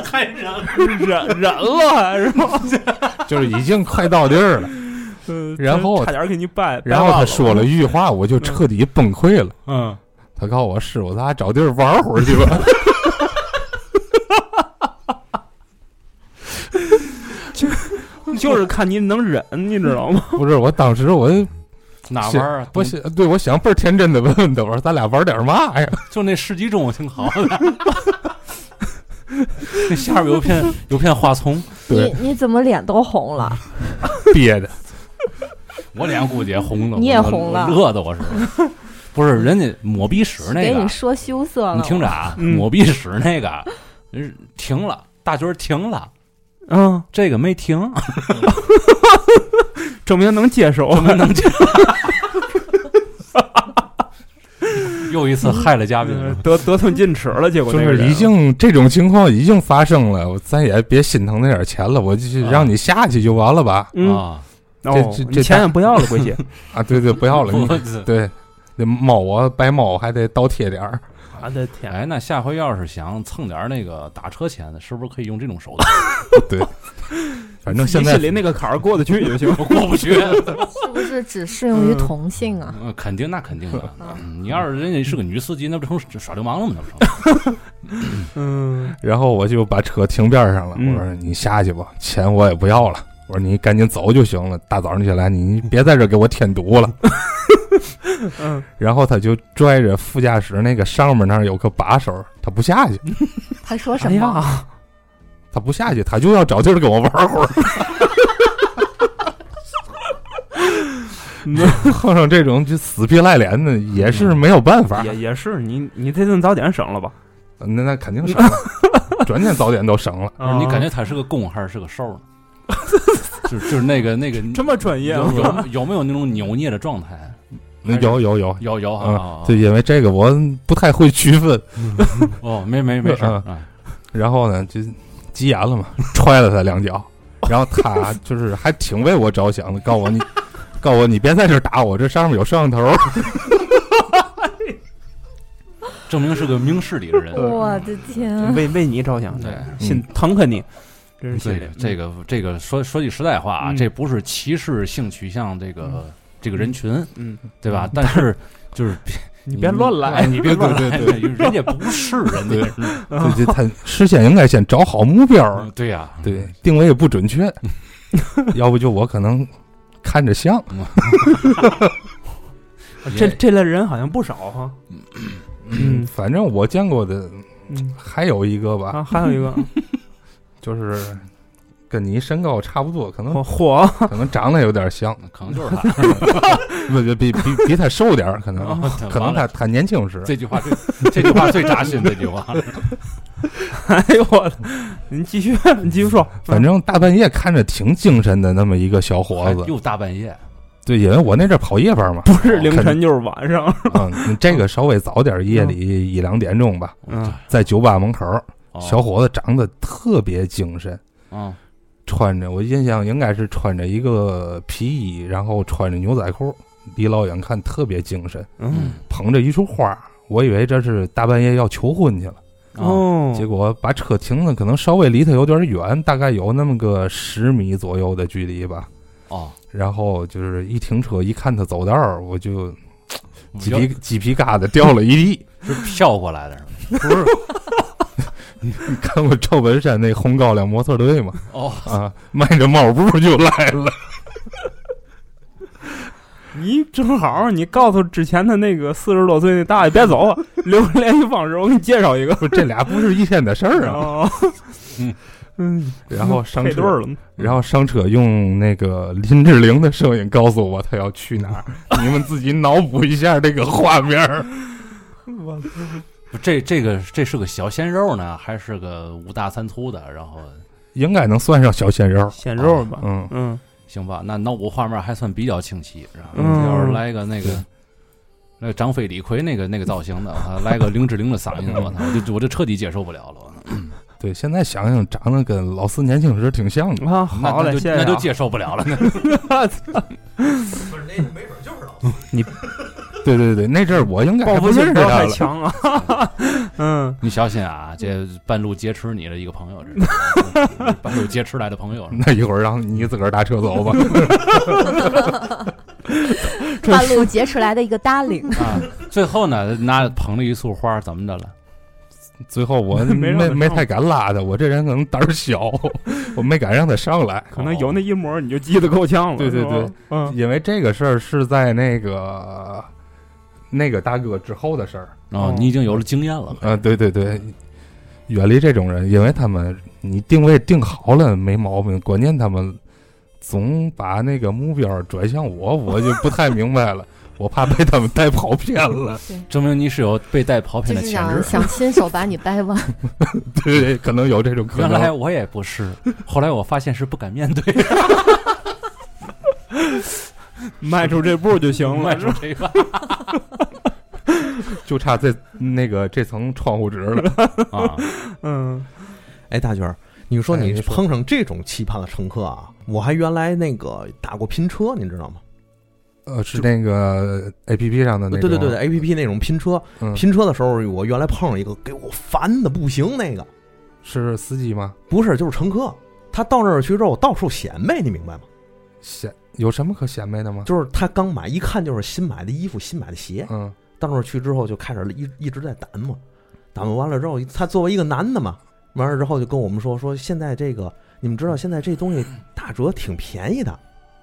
S1: 还让
S4: 忍忍了还是吗？
S3: 就是已经快到地儿了。
S4: 呃
S3: 然后
S4: 差点给你掰。
S3: 然后他说了一句话，我就彻底崩溃了。
S1: 嗯，
S3: 他告我师傅，咱俩找地儿玩会儿去吧。
S4: 掰完了，就是看你能忍，你知道 吗？
S3: 不是，我当时我
S1: 哪玩儿啊？
S3: 我想对我想倍儿天真的问问他，我说咱俩玩点嘛呀？
S1: 就那十几种我挺好的。 那下边有片有片花丛，
S2: 你
S3: 对，
S2: 你怎么脸都红了？
S3: 憋的。
S1: 我脸估计也红了，
S2: 你也
S1: 我
S2: 红了
S1: 我乐的我是。不是人家抹鼻屎那
S2: 给
S1: 个
S2: 你，说羞涩了。
S1: 你听着，啊，
S4: 嗯
S1: 抹鼻屎那个人停了，大角儿停了，
S4: 嗯，
S1: 这个没停，
S4: 证明能接受。
S1: 我们能接。又一次害了嘉宾
S4: 呃得得寸进尺了，结果
S3: 就
S4: 那个
S3: 是
S4: 人
S3: 已经这种情况已经发生了，我咱也别心疼那点钱了，我就
S4: 啊
S3: 让你下去就完了吧。
S4: 嗯
S1: 啊！
S4: 哦
S3: 这这，
S4: 你钱也不要了，归去
S3: 啊，对对，不要 了，你
S1: 我操
S3: 对，那猫我白猫还得倒贴点儿。
S4: 我的 天，
S1: 哎，那下回要是想蹭点儿那个打车钱的，是不是可以用这种手段？
S3: 反正现在
S4: 你心里那个坎儿过得去就行。
S1: 我过不去，
S2: 是不是只适用于同性啊？
S1: 嗯肯定那肯定的。
S2: 啊
S1: 嗯你要是人家是个女司机，那不成耍流氓了吗？那不成？
S4: 嗯，
S3: 然后我就把车停边上了，
S4: 嗯
S3: 我说你下去吧，钱我也不要了，我说你赶紧走就行了，大早上起 来你别在这给我添堵了。
S4: 嗯，
S3: 然后他就拽着副驾驶那个上面那儿有个把手，他不下去，
S2: 他说什么？
S4: 哎呀，
S3: 他不下去，他就要找地儿跟我玩会儿。碰上这种就死皮赖脸的也是没有办法，
S4: 也也是，你你这顿早点省了吧？
S3: 那那肯定省了，转天早点都 省了。
S1: 你
S4: 啊
S1: 感觉他是个公还是个受呢？就是 就是那个那个
S4: 这么专业啊
S1: 有
S4: 吗？
S1: 有有没有那种扭捏的状态？还是
S3: 有有有，
S1: 有有
S3: 嗯
S1: 啊！
S3: 就因为这个我不太会区分。
S1: 哦，没没没事
S3: 嗯
S1: 儿啊。
S3: 然后呢，就急眼了嘛， 踹了他两脚。然后他就是还挺为我着想的，告我你， 告我你别在这儿打我，这上面有摄像头。
S1: 证明是个明事理的人。
S2: 我的 天！啊
S4: 为为你着想，
S1: 对，
S4: 心疼可你，真是心
S1: 对
S4: 里
S1: 这个这个说说句实在话啊，
S4: 嗯
S1: 这不是歧视性取向这个这个人群，
S4: 嗯，
S1: 对吧？但 是就是别
S4: 你别乱来，
S1: 哎你别乱来，
S3: 对对对
S1: 人家不是人家是，
S3: 这这他事先应该先找好目标
S1: 嗯，对呀，
S3: 对，定位也不准 确，要不就我可能看着像。
S1: 也
S4: 这这类人好像不少哈。嗯
S3: 反正我见过的
S4: 嗯，
S3: 还有一个吧，
S4: 啊，还有一个
S3: 就是跟你身高差不多，可能
S4: 火火，
S3: 可能长得有点像，
S1: 可能就是他，
S3: 不不比比比他瘦点儿，可能
S1: 哦
S3: 可能
S1: 完
S3: 他
S1: 了
S3: 他年轻时，
S1: 这句话最这句话最扎心，这句话
S4: 哎呦我的，您继续，你继续说。
S3: 反正大半夜看着挺精神的那么一个小伙子
S1: 哎还，又大半夜，哦
S3: 对，因为我那阵儿跑夜班嘛，
S4: 不是凌晨就是晚上，
S3: 嗯，这个稍微早点儿，夜里一两点钟吧，
S4: 嗯，
S3: 在酒吧门口儿，
S1: 哦
S3: 小伙子长得特别精神，
S1: 嗯
S3: 穿着我印象应该是穿着一个皮衣，然后穿着牛仔裤，离老远看特别精神，
S4: 嗯，
S3: 捧着一束花儿，我以为这是大半夜要求婚去了，
S1: 哦
S4: 哦，
S3: 结果把车停的可能稍微离他有点远，大概有那么个十米左右的距离吧。
S1: 哦，
S3: 然后就是一停车，一看他走道儿，我就
S1: 我
S3: 鸡
S1: 就
S3: 皮鸡皮疙瘩掉了一地。
S1: 是飘过来的是吗？
S3: 不是，你看过赵本山那《红高粱模特队》吗？
S1: 哦，
S3: 啊，迈着猫步就来了。
S4: 你正好，你告诉之前的那个四十多岁那大爷别走，啊留个联系方式，我给你介绍一个。
S3: 不是，这俩不是一天的事儿啊。
S4: 哦，
S1: 嗯
S4: 嗯，
S3: 然后上
S4: 配对
S3: 车，
S4: 儿了吗，
S3: 然后上车用那个林志玲的声音告诉我他要去哪儿，你 们自己脑补一下这个画面儿。
S4: 我
S1: 不这这个这是个小鲜肉呢，还是个五大三粗的？然后
S3: 应该能算上小鲜肉。
S4: 鲜肉吧，
S3: 嗯，
S4: 嗯，
S1: 行吧，那脑补画面还算比较清晰。然后
S4: 嗯
S1: 要是来个那个。那个张飞、李逵那个那个造型的，我操，来个林志玲的嗓音， 我操，我就我就彻底接受不了了。我操
S3: 对，现在想想长得跟老四年轻时挺像 的。
S4: 啊，
S1: 那
S4: 好嘞，
S1: 那就
S4: 谢谢啊。
S1: 那就接受不了 了。那
S5: 不是那没准就是老
S3: 对对对，那阵儿我应该
S4: 报
S3: 还
S4: 复
S3: 不认
S4: 性
S3: 识
S4: 不要
S3: 他
S4: 太
S3: 了。
S4: 强啊！嗯，
S1: 你小心啊，这半路劫持你的一个朋友，这是 半路劫持来的朋友。
S3: 那一会儿让你自个儿打 车走吧。
S2: 半路劫持来的一个搭 领，
S1: 啊，最后呢，拿捧了一束花，怎么的了？
S3: 最后我
S4: 没
S3: 没
S4: 让他
S3: 没
S4: 上
S3: 太敢拉他，我这人可能胆 儿小，我没敢让他上来。
S4: 可能有那一模，你就记得够呛了。
S3: 对对
S4: 是吧
S3: 对，
S4: 嗯，
S3: 因为这个事儿是在那个那个大哥之后的事儿。
S1: 哦
S4: 哦，
S1: 你已经有了经验了。
S3: 啊，对对对，远离这种人，因为他们你定位定好了没毛病，关键他们总把那个目标转向我，我就不太明白了，我怕被他们带跑偏了。
S1: 证明你是有被带跑偏
S2: 就
S1: 的
S2: 是
S1: 潜
S2: 想
S1: 质。
S2: 想亲手把你掰弯。
S3: 对，可能有这种可
S1: 原来
S3: 能。
S1: 我也不是，后来我发现是不敢 面对，
S4: 迈出这步就行了
S1: 迈。出这一步
S3: 就差这那个这层窗户纸了。
S1: 啊，
S4: 嗯，
S5: 哎，大娟儿，你说
S3: 哎
S5: 你
S3: 你说
S5: 碰上这种奇葩的乘客啊，我还原来那个打过拼车，你知道吗？
S3: 呃，是那个 A P P 上的那
S5: 对
S3: 种，
S5: 对对对，A P P 那种拼车，
S3: 嗯，
S5: 拼车的时候我原来碰上一个给我烦的不行，那个
S3: 是司机吗？
S5: 不是就是乘客，他到那儿去之后到处显摆，你明白吗？
S3: 显有什么可显摆的吗？
S5: 就是他刚买，一看就是新买的衣服、新买的鞋，
S3: 嗯
S5: 到那儿去之后就开始一一直在掸嘛，掸磨完了之后，他作为一个男的嘛，完了之后就跟我们说说现在这个，你们知道现在这东西打折挺便宜的，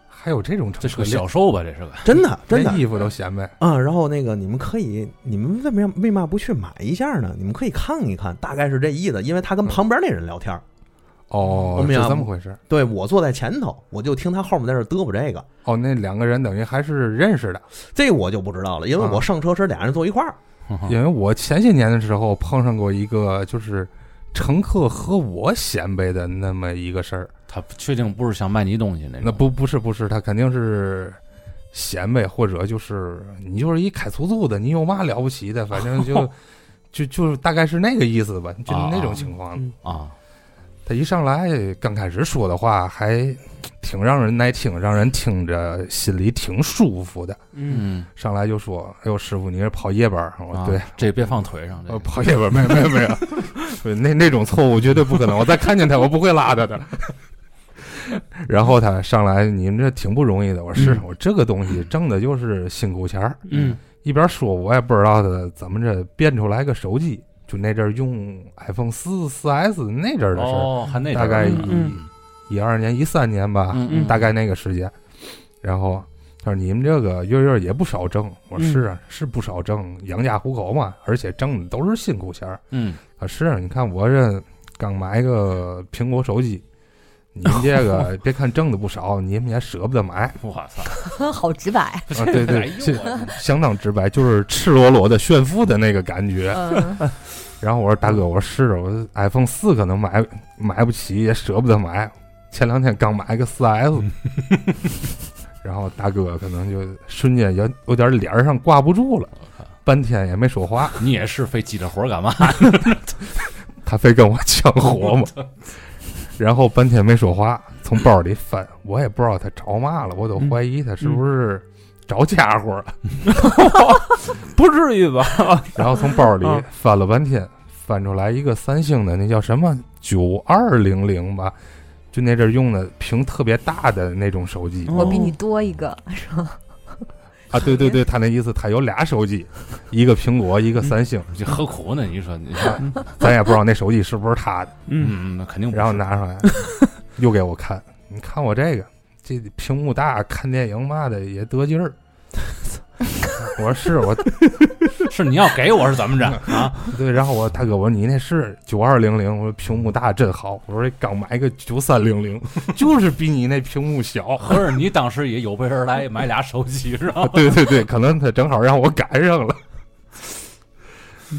S3: 还有这种 乘
S1: 这是
S3: 客
S1: 个小售吧？这是个
S5: 真的真
S3: 连
S5: 的
S3: 连衣服都显摆，
S5: 啊、然后那个你们可以，你们为什么为嘛不去买一下呢？你们可以看一看，大概是这意思。因为他跟
S3: 嗯
S5: 旁边那人聊天儿，
S3: 哦
S5: 我，
S3: 是
S5: 明白
S3: 这么回事。
S5: 对我坐在前头，我就听他后面在这嘚啵这个，
S3: 哦，那两个人等于还是认识的，
S5: 这我就不知道了，因为我
S3: 啊
S5: 上车时俩人坐一块儿，
S1: 啊
S3: 因为我前些年的时候碰上过一个就是乘客和我显摆的那么一个事儿，
S1: 他确定不是想卖你东西那种
S3: 那不不是不是，他肯定是显摆，或者就是你就是一开出租的，你有嘛了不起的，反正 就就就是大概是那个意思吧，就
S1: 啊
S3: 那种情况。
S4: 嗯
S1: 啊，
S3: 他一上来刚开始说的话还挺让人耐听，让人听着心里挺舒服的。
S4: 嗯，
S1: 嗯，
S3: 上来就说：“哎呦，师傅，你是跑夜班儿？”我说：“
S1: 啊
S3: 哦对，，
S1: 这别放腿上，这
S3: 呃，跑夜班没有没有没有， 对那那种错误绝对不可能。我再看见他，我不会拉他的。 然后他上来，你们这挺不容易的。我说是
S4: 嗯
S3: 我这个东西挣的就是辛苦钱儿。
S4: 嗯，
S3: 一边说，我也不知道他怎么着变出来个手机，就那阵儿用 iPhone 四四 S 那阵儿的事儿，
S1: 哦，还那
S3: 嗯大概
S1: 嗯
S3: 一二年一三年吧，
S1: 嗯
S3: 大概那个时间。然后他说：“你们这个月月也不少挣。”我说：“
S4: 嗯
S3: 是啊，是不少挣，养家糊口嘛，而且挣的都是辛苦钱儿。”
S1: 嗯
S3: 啊，是你看我这刚买个苹果手机，你们这个 别看挣的不少，你们也舍不得买啊！
S1: 我 操，
S2: 好直白，
S3: 哦对
S1: 哎
S3: 对，
S1: 呦
S3: 这相当直白，就是赤裸裸的炫富的那个感觉。
S2: 嗯，
S3: 然后我说大哥，我说是，啊我说 iPhone 四可能买买不起，也舍不得买。前两天刚买个四 S，然后大哥可能就瞬间有有点脸儿上挂不住了，
S1: 我靠
S3: 半天也没说话，
S1: 你也是非挤着活儿干嘛？
S3: 他非跟我抢活嘛。然后半天没说话，从包里翻，我也不知道他找嘛了，我都怀疑他是不是找家伙了。
S4: 不至于吧？
S3: 然后从包里
S4: 啊
S3: 翻了半天，翻出来一个三星的，那叫什么九二零零吧，就那阵儿用的屏特别大的那种手机、
S2: 我比你多一个，是吧？
S3: 啊，对对对，他那意思他有俩手机，一个苹果，一个三星，
S1: 你何苦呢？你说你，
S3: 咱也不知道那手机是不是他的，
S4: 嗯，
S1: 嗯，那肯定不是。
S3: 然后拿出来又给我看，你看我这个，这屏幕大，看电影嘛的也得劲儿。我说是我
S1: 是你要给我是怎么着啊？
S3: 对，然后我大哥我说你那是九二零零，我说屏幕大真好，我说刚买个九三零零，就是比你那屏幕小。
S1: 合着你当时也有备而来，买俩手机是吧？
S3: 对对对，可能他正好让我赶上了。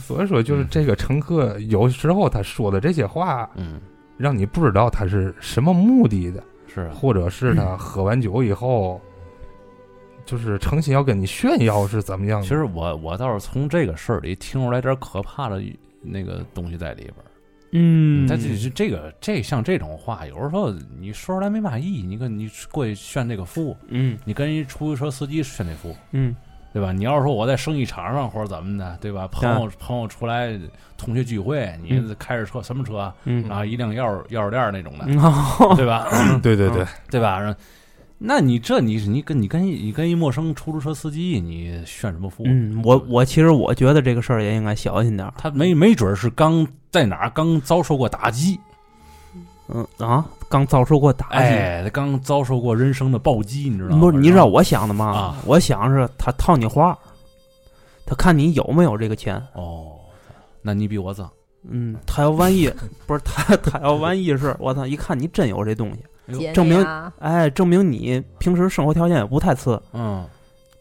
S3: 所以说，就是这个乘客有时候他说的这些话，
S1: 嗯，
S3: 让你不知道他是什么目的的，
S1: 是啊，
S3: 或者 是他喝完酒以后，就是诚心要跟你炫耀是怎么样的。
S4: 啊
S1: 其实我我倒是从这个事儿里听出来点可怕的那个东西在里边儿。
S4: 嗯，
S1: 但这这这个这像这种话，有时候你说出来没嘛意义。你跟你过去炫这个富，
S4: 嗯
S1: 你跟一出租车司机炫这富，
S4: 嗯
S1: 对吧？你要是说我在生意场上或者怎么的，对吧？朋友朋友出来同学聚会，你
S4: 嗯
S1: 开着车什么车啊？
S4: 嗯
S1: 然后一辆钥匙钥匙链儿那种的，
S4: 啊，
S1: 对 吧？
S3: 对对对，
S1: 对吧？然后那你这你你跟你跟你跟一陌生出租车司机，你炫什么富？
S4: 嗯，我我其实我觉得这个事儿也应该小心点儿。
S1: 他没没准儿是刚在哪儿刚遭受过打击，
S4: 嗯啊，刚遭受过打击，
S1: 哎，他刚遭受过人生的暴击，你知道吗？
S4: 不是你知道我想的吗？
S1: 啊
S4: 我想是他套你话，他看你有没有这个钱。
S1: 哦，那你比我脏。
S4: 嗯，他要万一不是他，他要万一是我操，一看你真有这东西，
S1: 哎呦
S2: 姐
S4: 证
S2: 你
S4: 明
S2: 啊
S4: 哎，证明你平时生活条件也不太次，
S1: 嗯，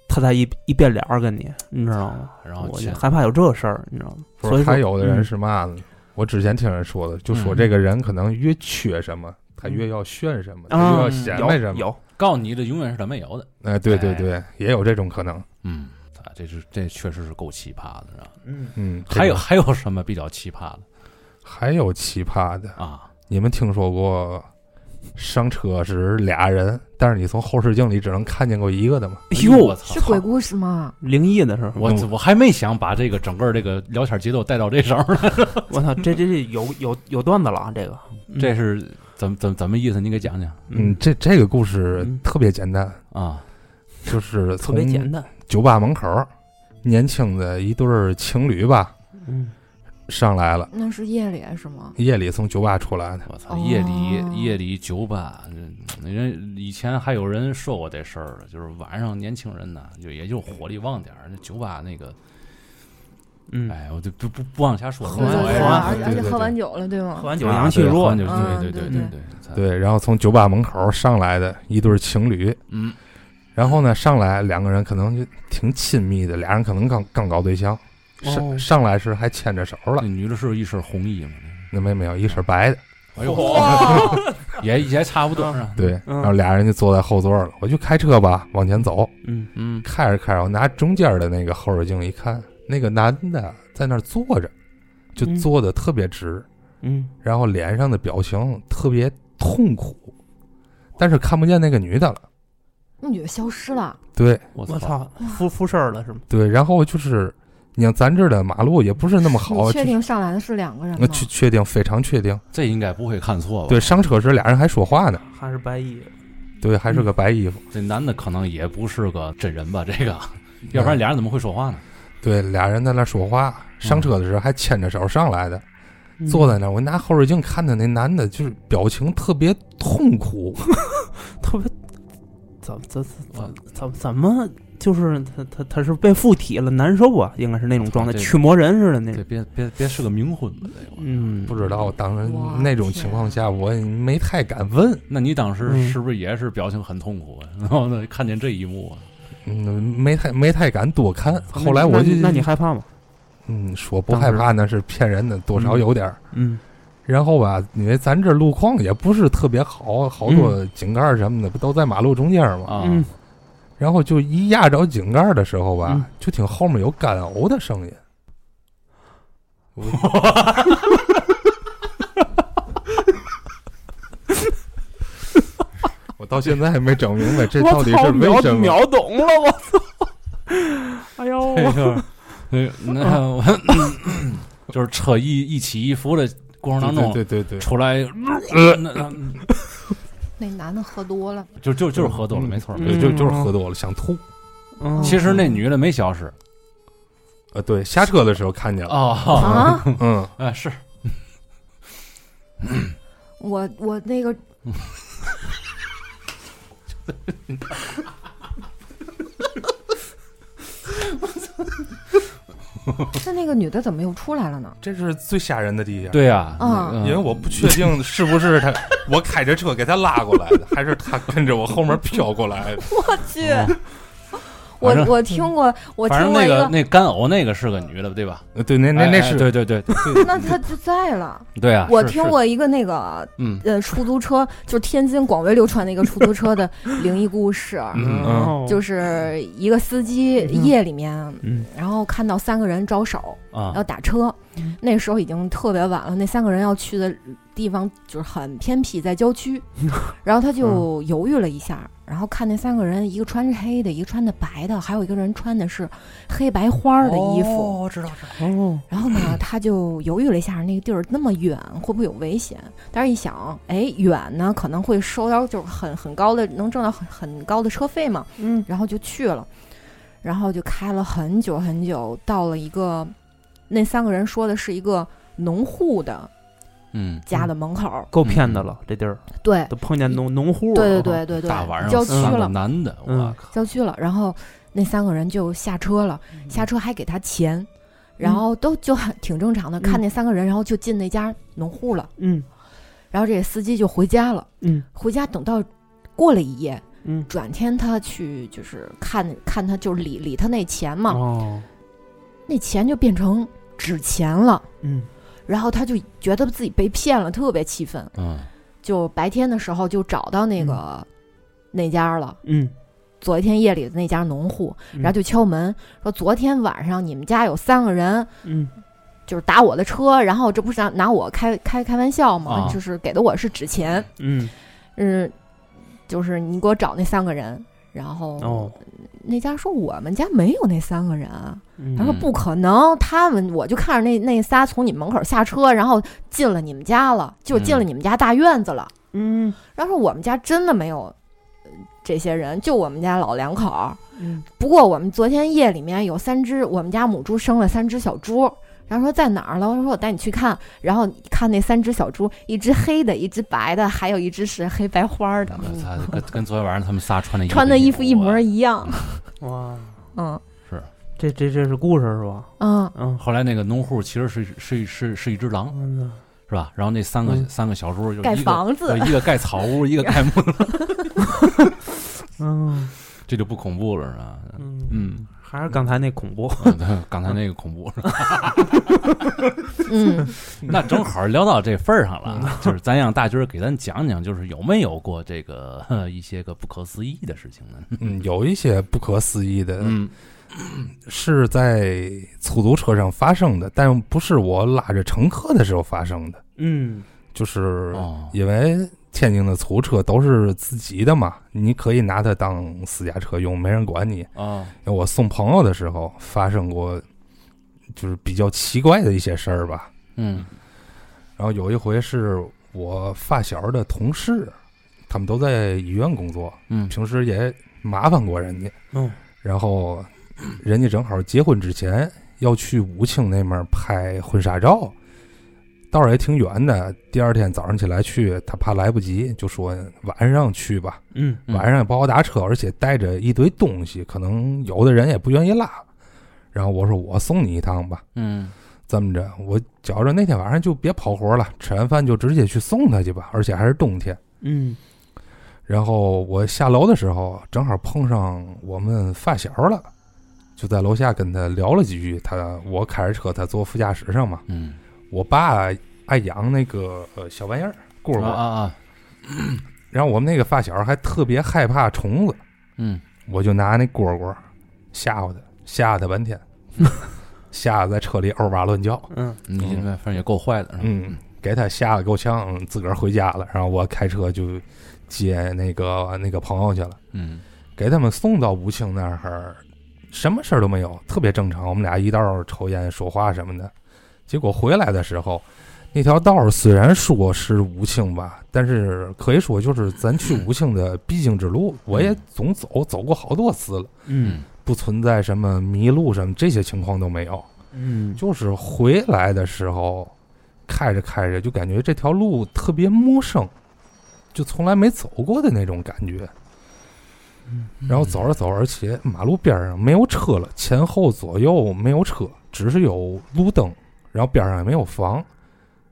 S4: 他才一一变脸儿跟你，你知道吗？
S1: 然后
S4: 我就
S1: 钱
S4: 害怕有这事儿，你知道吗？
S3: 不
S4: 所以
S3: 是
S4: 说
S3: 还有的人
S4: 嗯
S3: 是嘛呢？我之前听人说的，就说
S1: 嗯
S3: 这个人可能越缺什么，他越要炫什么，他
S4: 嗯啊
S3: 越要显摆什
S4: 有
S3: 么。
S4: 有，
S1: 告诉你的永远是他没有的。
S3: 哎，对对对，也有这种可能。
S1: 嗯，啊，这是这确实是够奇葩的，知道吗？
S4: 嗯，
S3: 嗯，这个
S1: 还有还有什么比较奇葩的
S3: 还有奇葩的，
S1: 啊？
S3: 你们听说过上车时俩人，但是你从后视镜里只能看见过一个的吗？
S1: 哎
S4: 哎呦，
S1: 我操！
S2: 是鬼故事吗？
S4: 灵异的是，
S1: 我我还没想把这个整个这个聊天节奏带到这上呢，
S4: 我操，这这这有有有段子了啊，这个嗯
S1: 这是怎么怎么怎么意思？你给讲讲
S3: 嗯，这这个故事
S4: 嗯
S3: 特别简单，
S1: 啊！
S3: 就是
S4: 特别简单，
S3: 酒吧门口，年轻的一对儿情侣吧
S4: 嗯
S3: 上来了，
S2: 那是夜里是吗？
S3: 夜里从酒吧出来的。
S1: 我操，
S2: 哦
S1: 夜里夜里酒吧，嗯人以前还有人说过这事儿了，就是晚上年轻人呢，就也就火力旺点儿，那酒吧那个，
S4: 嗯，
S1: 哎，我就不不不往下说了，
S2: 喝
S4: 完
S1: 无所
S4: 酒
S1: 谓
S4: 了
S2: 完，
S3: 对
S2: 而且
S3: 对
S2: 喝
S3: 对
S2: 完酒了，对吗
S4: 喝？完酒
S3: 啊
S4: 阳气
S3: 对
S4: 弱
S1: 喝，完酒
S2: 嗯
S1: 对对
S2: 对
S1: 对
S2: 对
S1: 对，
S3: 对，然后从酒吧门口上来的一对儿情侣，
S1: 嗯
S3: 然后呢，上来两个人可能就挺亲密的，俩人可能刚刚搞对象，上、
S4: 哦嗯
S3: 上来时还牵着手了
S1: 那，女的是一身红衣嘛，
S3: 那没没有一身白的，
S1: 哎呦，
S2: 哇，
S1: 也也差不多啊，
S3: 对，
S4: 嗯
S3: 然后俩人就坐在后座了，我就开车吧，往前走，
S4: 嗯
S1: 嗯，
S3: 开着开着，我拿中间的那个后视镜一看，那个男的在那儿坐着，就
S4: 嗯
S3: 坐的特别直，
S4: 嗯
S3: 然后脸上的表情特别痛苦，但是看不见那个女的了，
S2: 那女的消失了，
S3: 对
S1: 我操，
S4: 我操，出出事儿了是吗？
S3: 对，然后就是。你看咱这儿的马路也不是那么好，
S2: 你确
S3: 就是
S2: 定上来的是两个人
S3: 那
S2: 吗？
S3: 确确定非常确定。
S1: 这应该不会看错吧？
S3: 对，上车时俩人还说话呢，
S4: 还是白衣？
S3: 对，还是个白衣服，
S1: 这男的可能也不是个真人吧？这个，
S3: 嗯
S1: 要不然俩人怎嗯么会说话呢？
S3: 对，俩人在那说话。上车的时候还牵着手上来的，嗯
S4: 嗯
S3: 坐在那儿，我拿后视镜看的那男的，就是表情特别痛苦，
S4: 特别怎怎怎怎怎么就是他他他是被附体了，难受啊，应该是那种状态，
S1: 这
S4: 驱魔人似的那
S1: 这
S4: 种。
S1: 别别别是个冥婚吧？这个，
S4: 嗯，
S3: 不知道当时
S2: 哇
S3: 那种情况下，我也没太敢问，
S1: 那你当时
S4: 嗯
S1: 是不是也是表情很痛苦啊？ 然后呢，看见这一幕啊，
S3: 嗯，没太没太敢多看。
S4: 那。
S3: 后来我
S4: 那
S3: 就
S4: 你那你害怕吗？
S3: 嗯，说不害怕那是骗人的，多少有点儿。
S4: 嗯
S3: 然后吧，因为咱这路况也不是特别好，好多井盖什么的不都在马路中间吗？
S1: 啊，
S4: 嗯
S3: 然后就一压着井盖的时候吧，
S4: 嗯
S3: 就听后面有干呕的 声音。我我到现在还没整明白这到底是为什么。
S4: 秒懂了，我操！ 哎
S2: 嗯
S4: 呦，
S1: 啊 这个，那那我就是扯一一起一伏的过程当中
S3: 对对对对，
S1: 出来，呃，那那
S2: 那男的喝多了，
S1: 就就就是喝多了，
S3: 嗯
S1: 没错。
S4: 嗯
S1: 没错
S3: 对就就是喝多了想吐。
S4: 嗯
S1: 其实那女的没消失
S3: 呃，对，下车的时候看见了。
S1: 哦，
S2: 啊，
S3: 嗯，
S1: 哎是
S2: 我我那个 那那个女的怎么又出来了呢？
S3: 这是最吓人的地下。
S1: 对呀，
S2: 啊
S1: 嗯
S3: 因为我不确定是不是他， 我开着车给他拉过来的，还是他跟着我后面飘过来的。
S2: 我去，我
S1: 反正
S2: 我听过，我
S1: 反
S2: 听
S1: 正
S2: 过
S1: 那
S2: 一
S1: 个那干呕那个是个女的对吧？
S3: 呃 对，那那
S1: 哎
S3: 那
S1: 哎
S3: 是
S1: 对对 对对
S2: 那他就在了。
S1: 对啊，
S2: 我
S1: 是
S2: 听，过一个那个
S1: 是嗯
S2: 呃出租车，就是天津广为流传的一个出租车的灵异故事，
S3: 嗯
S4: 哦
S2: 就是是一个司机
S4: 嗯
S2: 夜里面，
S4: 嗯
S2: 然后看到三个人招手要
S1: 啊
S2: 打车
S4: 嗯，
S2: 那个时候已经特别晚了，那三个人要去的地方就是很偏僻，在郊区，然后他就犹豫了一下。然后看那三个人，一个穿着黑的，一个穿的白的，还有一个人穿的是黑白花儿的衣服。
S1: 哦，知道知道，
S4: 哦，
S2: 然后 呢，他就犹豫了一下，那个地儿那么远，会不会有危险？但是一想，哎，远呢可能会收到就是很很高的，能挣到很很高的车费嘛，
S4: 嗯
S2: 然后就去了，然后就开了很久很久，到了一个那三个人说的是一个农户的
S1: 嗯，
S2: 家的门口，
S4: 够骗的了，这地儿
S2: 对，
S4: 都碰见农农户了，
S2: 对对嗯对对对，
S1: 大晚
S2: 郊
S1: 上
S2: 区
S1: 三个
S2: 了，
S1: 男的，
S4: 嗯
S1: 我靠，
S2: 郊区了，然后那三个人就下车了，下车还给他钱。然后都就很挺正常的，看
S4: 嗯
S2: 那三个人，然后就进那家农户了。
S4: 嗯
S2: 然后这司机就回家了。
S4: 嗯
S2: 回家等到过了一夜，
S4: 嗯，
S2: 转天他去就是看看他就是理理他那钱嘛，
S4: 哦，
S2: 那钱就变成纸钱了。
S4: 嗯
S2: 然后他就觉得自己被骗了，特别气愤。
S1: 嗯
S2: 就白天的时候就找到那个、那家了，
S4: 嗯，
S2: 昨天夜里的那家农户，
S4: 然
S2: 然后就敲门说：“昨天晚上你们家有三个人，
S4: 嗯
S2: 就是打我的车，然后这不是拿拿我开开开玩笑吗？
S4: 哦
S1: 啊
S2: 就是给的我是纸钱，
S4: 嗯
S2: 嗯，就是你给我找那三个人。”然后、
S4: 哦，
S2: 那家说我们家没有那三个人啊，他说
S1: 嗯
S2: 不可能，他们我就看着那那仨从你们门口下车，然后进了你们家了，就进了你们家大院子了。
S4: 嗯
S2: 然后说我们家真的没有呃这些人，就我们家老两口儿。
S4: 嗯
S2: 不过我们昨天夜里面有三只，我们家母猪生了三只小猪。然后说在哪儿了？我说我带你去看。然后看那三只小猪，一只黑的，一只白的，还有一只是黑白花儿的，
S1: 我操，跟跟昨天晚呃上他们仨穿的
S2: 穿的衣服一模
S1: 样。
S2: 一样。
S4: 哇，
S2: 嗯
S4: 这这这是故事是吧？
S2: 嗯，
S4: 嗯，
S1: 后来那个农户其实是是是是一只狼，是吧？然后那三个、
S4: 嗯
S1: 三个小猪就
S2: 盖
S1: 一个
S2: 房子
S1: 对一个盖草屋，一个盖木，
S4: 嗯
S1: 这就不恐怖了，是吧？
S4: 嗯，
S1: 嗯，
S4: 还是刚才那恐怖，
S1: 嗯对刚才那个恐怖，
S2: 嗯，
S1: 那正好聊到这份儿上了，啊就是咱让大军儿给咱讲讲，就是有没有过这个呃一些个不可思议的事情呢？
S3: 嗯，有一些不可思议的
S1: 嗯
S3: 是在出租车上发生的，但不是我拉着乘客的时候发生的，
S4: 嗯
S3: 就是
S1: 哦
S3: 因为天津的出租车都是自己的嘛，你可以拿它当私家车用，没人管你。
S1: 哦
S3: 我送朋友的时候发生过，就是比较奇怪的一些事儿吧。
S1: 嗯
S3: 然后有一回是我发小的同事，他们都在医院工作，
S1: 嗯
S3: 平时也麻烦过人家。
S4: 嗯
S3: 然后人家正好结婚之前要去武清那面拍婚纱照，道儿也挺远的。第二天早上起来去，他怕来不及，就说晚上去吧。
S4: 嗯
S1: 嗯
S3: 晚上也不好打车，而且带着一堆东西，可能有的人也不愿意拉。然后我说我送你一趟吧。
S1: 嗯
S3: 这么着，我觉着那天晚上就别跑活了，吃完饭就直接去送他去吧，而且还是冬天。
S4: 嗯
S3: 然后我下楼的时候，正好碰上我们发小了，就在楼下跟他聊了几句。他我开着车，他坐副驾驶上嘛。
S1: 嗯，
S3: 我爸爱养那个呃小玩意儿蝈蝈，
S1: 啊啊啊，
S3: 然后我们那个发小还特别害怕虫子，
S1: 嗯，
S3: 我就拿那蝈蝈吓唬他，吓唬他半天，吓得在车里嗷哇乱叫。
S4: 嗯，
S1: 你
S3: 嗯
S1: 反正也够坏的，是吧
S3: 嗯，给他吓得够呛，自个儿回家了。然后我开车就接那个那个朋友去了。
S1: 嗯
S3: 给他们送到吴庆那儿，什么事儿都没有，特别正常。我们俩一道儿抽烟、说话什么的。结果回来的时候，那条道儿虽然说是吴庆吧，但是可以说就是咱去吴庆的必经之路。我也总走，走过好多次了，
S4: 嗯
S3: 不存在什么迷路什么这些情况都没有。
S4: 嗯，
S3: 就是回来的时候，开着开着就感觉这条路特别陌生，就从来没走过的那种感觉。
S1: 嗯
S3: 然后走着走着，而且马路边上没有车了，前后左右没有车，只是有路灯，然后边上也没有房。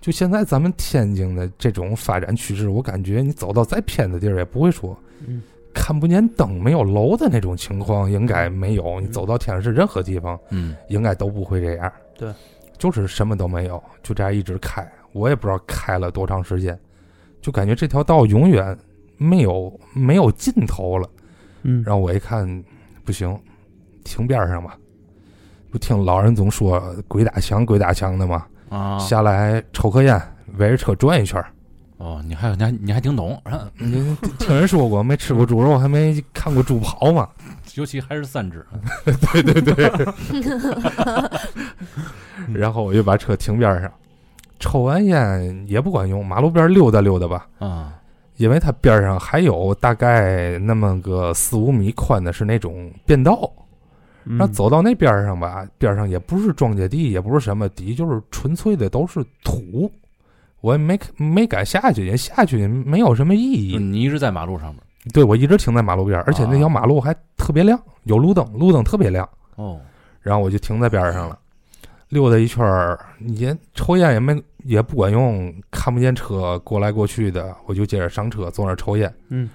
S3: 就现在咱们天津的这种发展趋势，我感觉你走到再偏的地儿也不会说
S4: 嗯
S3: 看不见灯、没有楼的那种情况，应该没有。你
S4: 嗯
S3: 走到天津市任何地方，
S1: 嗯
S3: 应该都不会这样。
S4: 对，
S3: 就是什么都没有，就这样一直开，我也不知道开了多长时间，就感觉这条道永远没有没有尽头了。
S4: 嗯，
S3: 然后我一看，不行，停边上吧。不听老人总说“鬼打墙，鬼打墙”的嘛，
S1: 啊，
S3: 下来抽颗烟，围着车转一圈 儿。
S1: 哦，你还有你还你还挺懂，
S3: 你听人说过，没吃过猪肉，还没看过猪跑嘛？
S1: 尤其还是三只，
S3: 对对对。然后我就把车停边上，抽完烟也不管用，马路边溜达溜达吧，
S1: 啊，
S3: 因为它边上还有大概那么个四五米宽的是那种便道，
S4: 嗯
S3: 然后，走到那边上吧，边上也不是庄稼地，也不是什么地，就是纯粹的都是土。我也没没敢下去，也下去没有什么意
S1: 就
S3: 义。
S1: 你一直在马路上面，
S3: 对我一直停在马路边儿，而且那条马路还特别亮，有路灯，路灯特别亮。
S1: 哦，
S3: 然后我就停在边儿上了，溜达一圈儿，也抽烟也没也不管用，看不见车过来过去的，我就接着上车坐那儿抽烟。
S4: 嗯，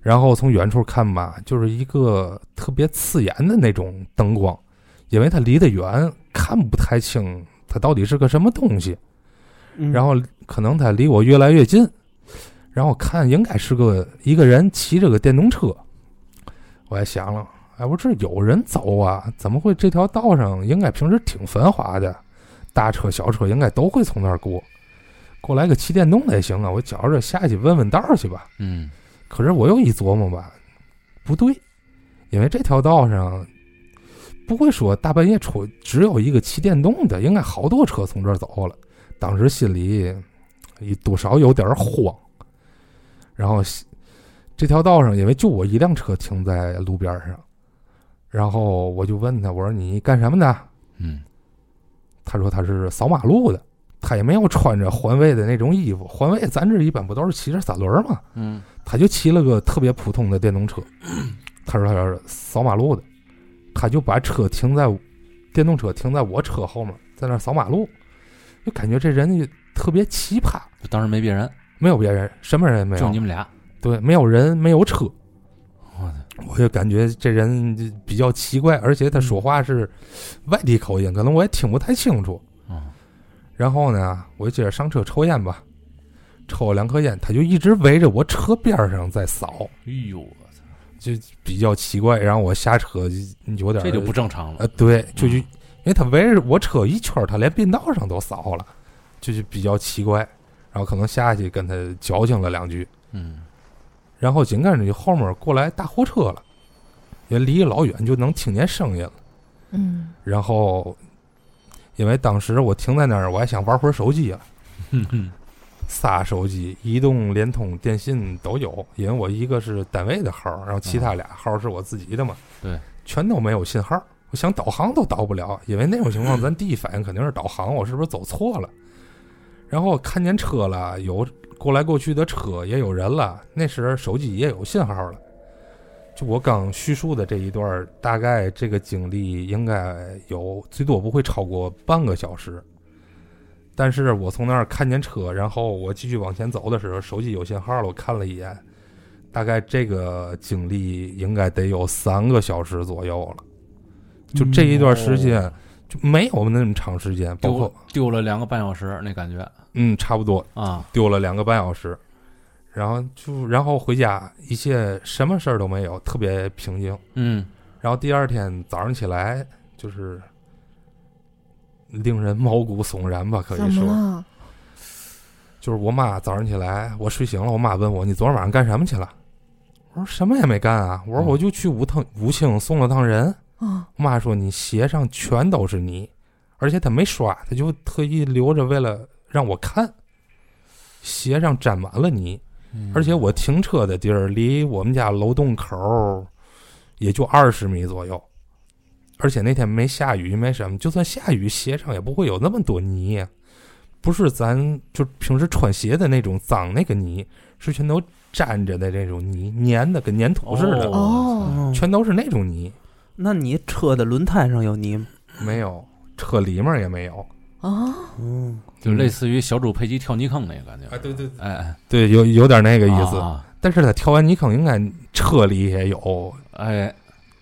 S3: 然后从远处看吧，就是一个特别刺眼的那种灯光，因为它离得远，看不太清它到底是个什么东西。
S4: 嗯
S3: 然后可能它离我越来越近，然后看应该是个一个人骑着个电动车，我还想了，哎，我这有人走啊，怎么会这条道上应该平时挺繁华的，大车小车应该都会从那儿过，过来个骑电动的也行啊，我觉着下去问问道儿去吧。
S1: 嗯
S3: 可是我又一琢磨吧，不对，因为这条道上不会说大半夜出只有一个骑电动的，应该好多车从这儿走了。当时心里也多少有点慌，然后西这条道上因为就我一辆车停在路边上，然后我就问他，我说你干什么的？
S1: 嗯，
S3: 他说他是扫马路的，他也没有穿着环卫的那种衣服，环卫咱这一般不都是骑着三轮儿吗？
S1: 嗯，
S3: 他就骑了个特别普通的电动车，他说他是扫马路的，他就把车停在电动车停在我车后面，在那儿扫马路，就感觉这人就特别奇葩，
S1: 就当时没别人，
S3: 没有别人，什么人也没
S1: 就你
S3: 有，
S1: 们俩，
S3: 对，没有人，没有车，
S1: 我的，
S3: 我就感觉这人就比较奇怪，而且他说话是外地口音，可能我也听不太清楚。
S1: 哦，
S3: 然后呢，我就接着上车抽烟吧，抽了两颗烟，他就一直围着我车边儿上在扫。
S1: 哎呦，我操，
S3: 比较奇怪，然后我下车就有点儿
S1: 这就不正常了
S3: 呃，，对，就就
S1: 嗯
S3: 因为他围着我车一圈儿，他连便道上都扫了，就就比较奇怪。然后可能下去跟他矫情了两句，
S1: 嗯
S3: 然后紧跟着就后面过来大货车了，也离老远就能听见声音了。
S2: 嗯，
S3: 然后因为当时我停在那儿，我还想玩会儿手机啊，
S1: 哼哼，
S3: 仨手机，移动、联通、电信都有，因为我一个是单位的号儿，然后其他俩号儿是我自己的嘛。
S1: 对，
S3: 全都没有信号儿，我想导航都导不了，因为那种情况，咱第一反应肯定是导航，我是不是走错了？然后看见车了，有过来过去的车，也有人了，那时手机也有信号了。就我刚叙述的这一段儿，大概这个经历应该有最多不会超过半个小时。但是我从那儿看见车，然后我继续往前走的时候，手机有信号了，我看了一眼，大概这个经历应该得有三个小时左右了。就这一段时间就没有那么长时间，包括
S1: 丢丢了两个半小时那感觉
S3: 嗯，差不多
S1: 啊，
S3: 丢了两个半小时，然后就然后回家，一切什么事儿都没有，特别平静。
S1: 嗯
S3: 然后第二天早上起来，就是令人毛骨悚然吧，可
S2: 怎
S3: 以
S2: 么
S3: 说，
S2: 了？
S3: 就是我妈早上起来，我睡醒了，我妈问我你昨天晚上干什么去了？我说什么也没干啊，我说
S1: 嗯
S3: 我就去吴腾吴庆送了趟人。
S2: 啊，
S3: 我妈说你鞋上全都是泥，而且她没刷，她就特意留着为了让我看，鞋上沾满了泥。
S1: 嗯
S3: 而且我停车的地儿离我们家楼洞口儿也就二十米左右，而且那天没下雨，没什么，就算下雨，鞋上也不会有那么多泥呀、不是咱就平时穿鞋的那种脏那个泥，是全都沾着的那种泥，粘的跟粘土似的，
S1: 哦，
S4: 哦，
S3: 全都是那种泥。
S4: 那你车的轮胎上有泥吗？
S3: 没有，车里面也没有，
S2: 啊，
S4: 嗯，
S1: 就类似于小猪佩奇跳泥坑那个感觉
S3: 啊，对对
S1: 哎哎，
S3: 对，有有点那个意思。
S1: 啊啊
S3: 但是他跳完泥坑，应该车里也有，
S1: 哎，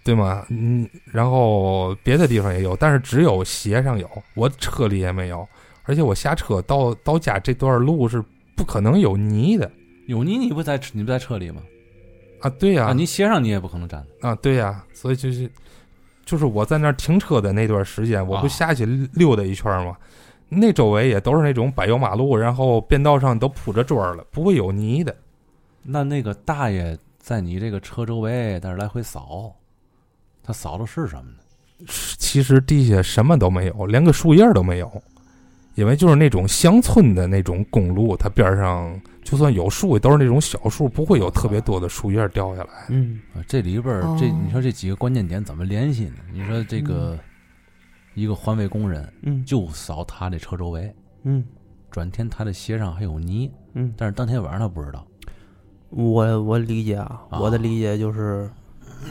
S3: 对吗？嗯，然后别的地方也有，但是只有鞋上有，我车里也没有。而且我下车到到家这段路是不可能有泥的
S1: 有你你不在你不在车里吗？
S3: 啊！对呀、
S1: 啊，你鞋上你也不可能站。
S3: 啊对呀、所以就是就是我在那儿停车的那段时间，我不
S1: 啊
S3: 下去溜达一圈吗？那周围也都是那种柏油马路，然后便道上都铺着砖儿了，不会有泥的。
S1: 那那个大爷在你这个车周围，但是来回扫，他扫的是什么呢？
S3: 其实地下什么都没有，连个树叶儿都没有，因为就是那种乡村的那种公路，它边儿上就算有树，也都是那种小树，不会有特别多的树叶儿掉下来。
S4: 嗯，
S1: 啊，这里边儿
S2: 哦
S1: 这你说这几个关键点怎么联系呢？你说这个一个环卫工人
S4: 嗯，
S1: 就扫他这车周围，
S4: 嗯
S1: 转天他的鞋上还有泥，
S4: 嗯，
S1: 但是当天晚上他不知道。
S4: 我我理解啊，
S1: 啊
S4: 我的理解就是，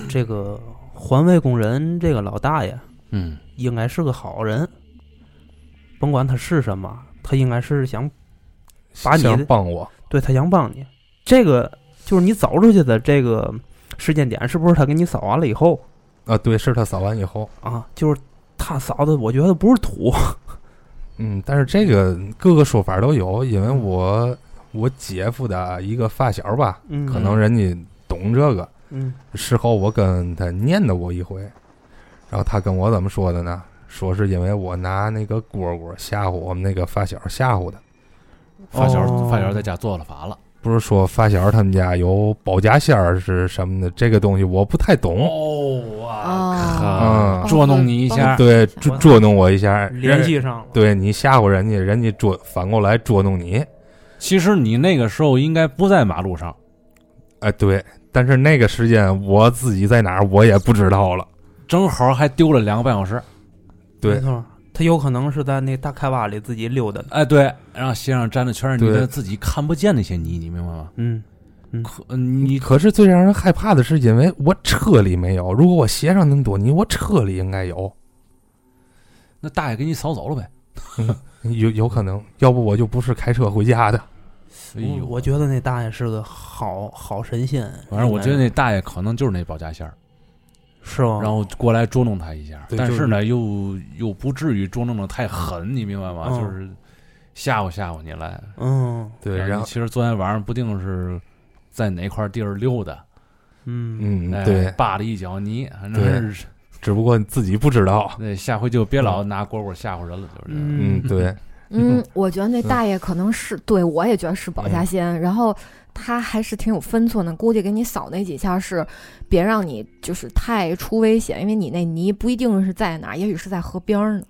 S4: 这个环卫工人这个老大爷
S1: 嗯，
S4: 应该是个好人，甭管他是什么，他应该是想把你的
S3: 想帮我，
S4: 对他想帮你。这个就是你走出去的这个时间点，是不是他给你扫完了以后
S3: 啊，对，是他扫完以后，
S4: 啊？就是他扫的，我觉得不是土。
S3: 嗯，但是这个各个说法都有，因为我我姐夫的一个发小吧，
S4: 嗯，
S3: 可能人家懂这个，
S4: 嗯
S3: 事后我跟他念叨过一回，然后他跟我怎么说的呢？说是因为我拿那个蝈蝈吓唬我们那个发小吓唬的，
S1: 嗯发小、
S4: 哦
S1: 发小在家做了法了。
S3: 不是说发小他们家有保家仙儿是什么的，这个东西我不太懂，
S1: 哦
S2: 啊
S3: 嗯
S1: 捉弄你一下，
S3: 对，捉捉弄我一下，
S4: 联
S3: 人
S4: 系上了。
S3: 对你吓唬人家，人家捉反过来捉弄你，
S1: 其实你那个时候应该不在马路上，
S3: 哎，对，但是那个时间我自己在哪儿我也不知道了，
S1: 正好还丢了两个半小时。
S3: 对
S4: 没错，他有可能是在那大开挖里自己溜达的。
S1: 哎，对，然后鞋上沾的全是你
S3: 对
S1: 的自己看不见那些泥，你明白吗？
S4: 嗯，
S1: 可呃你
S3: 可是最让人害怕的是，因为我车里没有，如果我鞋上那么多泥，我车里应该有，
S1: 那大爷给你扫走了呗？
S3: 有有可能，要不我就不是开车回家的。
S1: 哎呦，
S4: 我我觉得那大爷是个好好神仙。
S1: 反正我觉得
S4: 应
S1: 那大爷可能就是那保家仙儿，
S4: 该是吧？
S1: 然后过来捉弄他一下，
S3: 哦对
S1: 但
S3: 就是
S1: 是呢，又又不至于捉弄的太狠，你明白吗？
S4: 嗯
S1: 就是吓唬吓唬你来。
S4: 嗯
S3: 哦对，
S1: 然
S3: 然
S1: 后
S3: 后
S1: 其实昨天晚上不定是在哪块地儿溜达，
S4: 嗯
S3: 嗯
S1: 哎，
S3: 对，
S1: 扒了一脚泥，反
S3: 对
S1: 正是
S3: 只不过你自己不知道。
S1: 那下回就别老拿蝈蝈吓唬人了，就是这样。
S3: 嗯，对，
S2: 嗯，我觉得那大爷可能是对我也觉得是保家仙，然后他还是挺有分寸的，估计给你扫那几下是别让你就是太出危险，因为你那泥不一定是在哪儿，也许是在河边儿呢，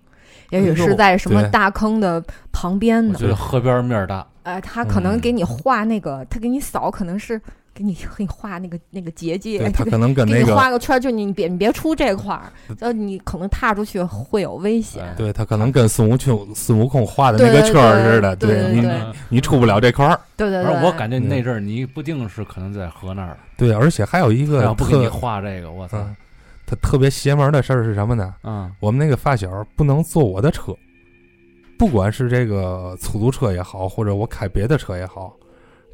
S2: 也许是在什么
S3: 对
S2: 大坑的旁边
S1: 我
S2: 呢
S1: 觉。得河边面儿大，
S2: 呃，他可
S3: 嗯
S2: 能给你画那个，他给你扫可能是给你给你画那个那个 结界，
S3: 对他
S2: 给
S3: 可能跟
S2: 给
S3: 那
S2: 你画
S3: 个，嗯
S2: 个圈儿，就你别你别出这块儿， 呃，你可能踏出去会有危险。
S1: 哎
S3: 对他可能跟孙悟空孙悟空画的那个圈儿似的，
S2: 对对
S3: 你
S2: 对
S1: 嗯
S3: 你出不了这块儿。
S2: 对对
S1: 反
S2: 对，
S1: 正我感觉那阵儿你不定是可能在河那儿，
S3: 对，而且还有一
S1: 然
S3: 个
S1: 后不给你
S3: 特，
S1: 画这个，我操，
S3: 嗯，他特别邪门的事儿是什么呢？
S1: 嗯
S3: 我们那个发小不能坐我的车，不管是这个出租车也好，或者我开别的车也好，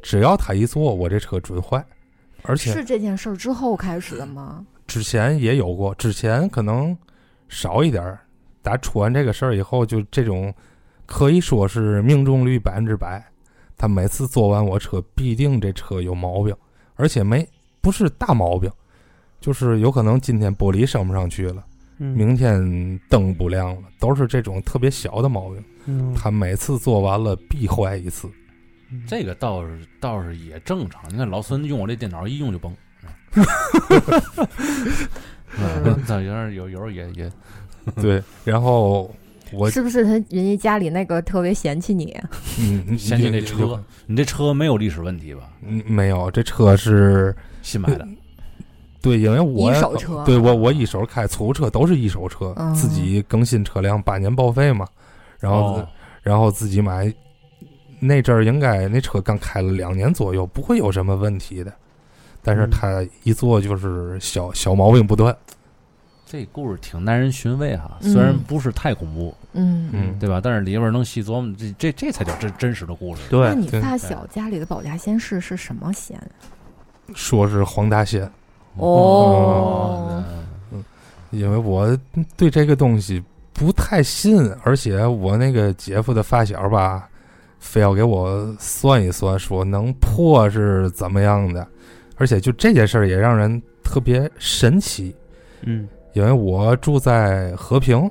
S3: 只要他一坐，我这车准坏。而且
S2: 是这件事儿之后开始的吗？
S3: 之前也有过，之前可能少一点儿。咱出完这个事儿以后，就这种可以说是命中率百分之百。他每次坐完我车，必定这车有毛病，而且没不是大毛病，就是有可能今天玻璃升不上去了，
S4: 嗯
S3: 明天灯不亮了，都是这种特别小的毛病。
S4: 嗯，
S3: 他每次做完了必坏一次，
S1: 这个倒是倒是也正常。你看老孙用我这电脑一用 就崩，嗯，那有点有有时候也也
S3: 对。然后我
S2: 是不是他人家家里那个特别嫌弃你？
S3: 嗯，
S1: 嫌弃这
S3: 这
S1: 车，，你这车没有历史问题吧？
S3: 嗯，没有，这车是
S1: 新买的，
S3: 嗯对，因为我
S2: 一手车
S3: 对我我一手开，储物车都是一手车，
S2: 嗯
S3: 自己更新车辆八年报废嘛，然后、
S1: 哦
S3: 然后自己买，那阵儿应该那车刚开了两年左右，不会有什么问题的，但是
S4: 嗯
S3: 他一做就是小小毛病不断，
S1: 这故事挺耐人寻味哈，
S2: 嗯
S1: 虽然不是太恐怖，
S2: 嗯，
S3: 嗯，
S1: 对吧？但是里边儿能细琢磨，这这这才叫真真实的故事。
S2: 那
S4: 对，
S2: 你
S3: 对
S2: 发小家里的保家仙是是什么仙？啊
S3: 嗯说是黄大仙，
S2: 哦，
S1: 嗯
S3: 因为我对这个东西不太信，而且我那个姐夫的发小吧，非要给我算一算，说能破是怎么样的，而且就这件事儿也让人特别神奇，
S4: 嗯
S3: 因为我住在和平，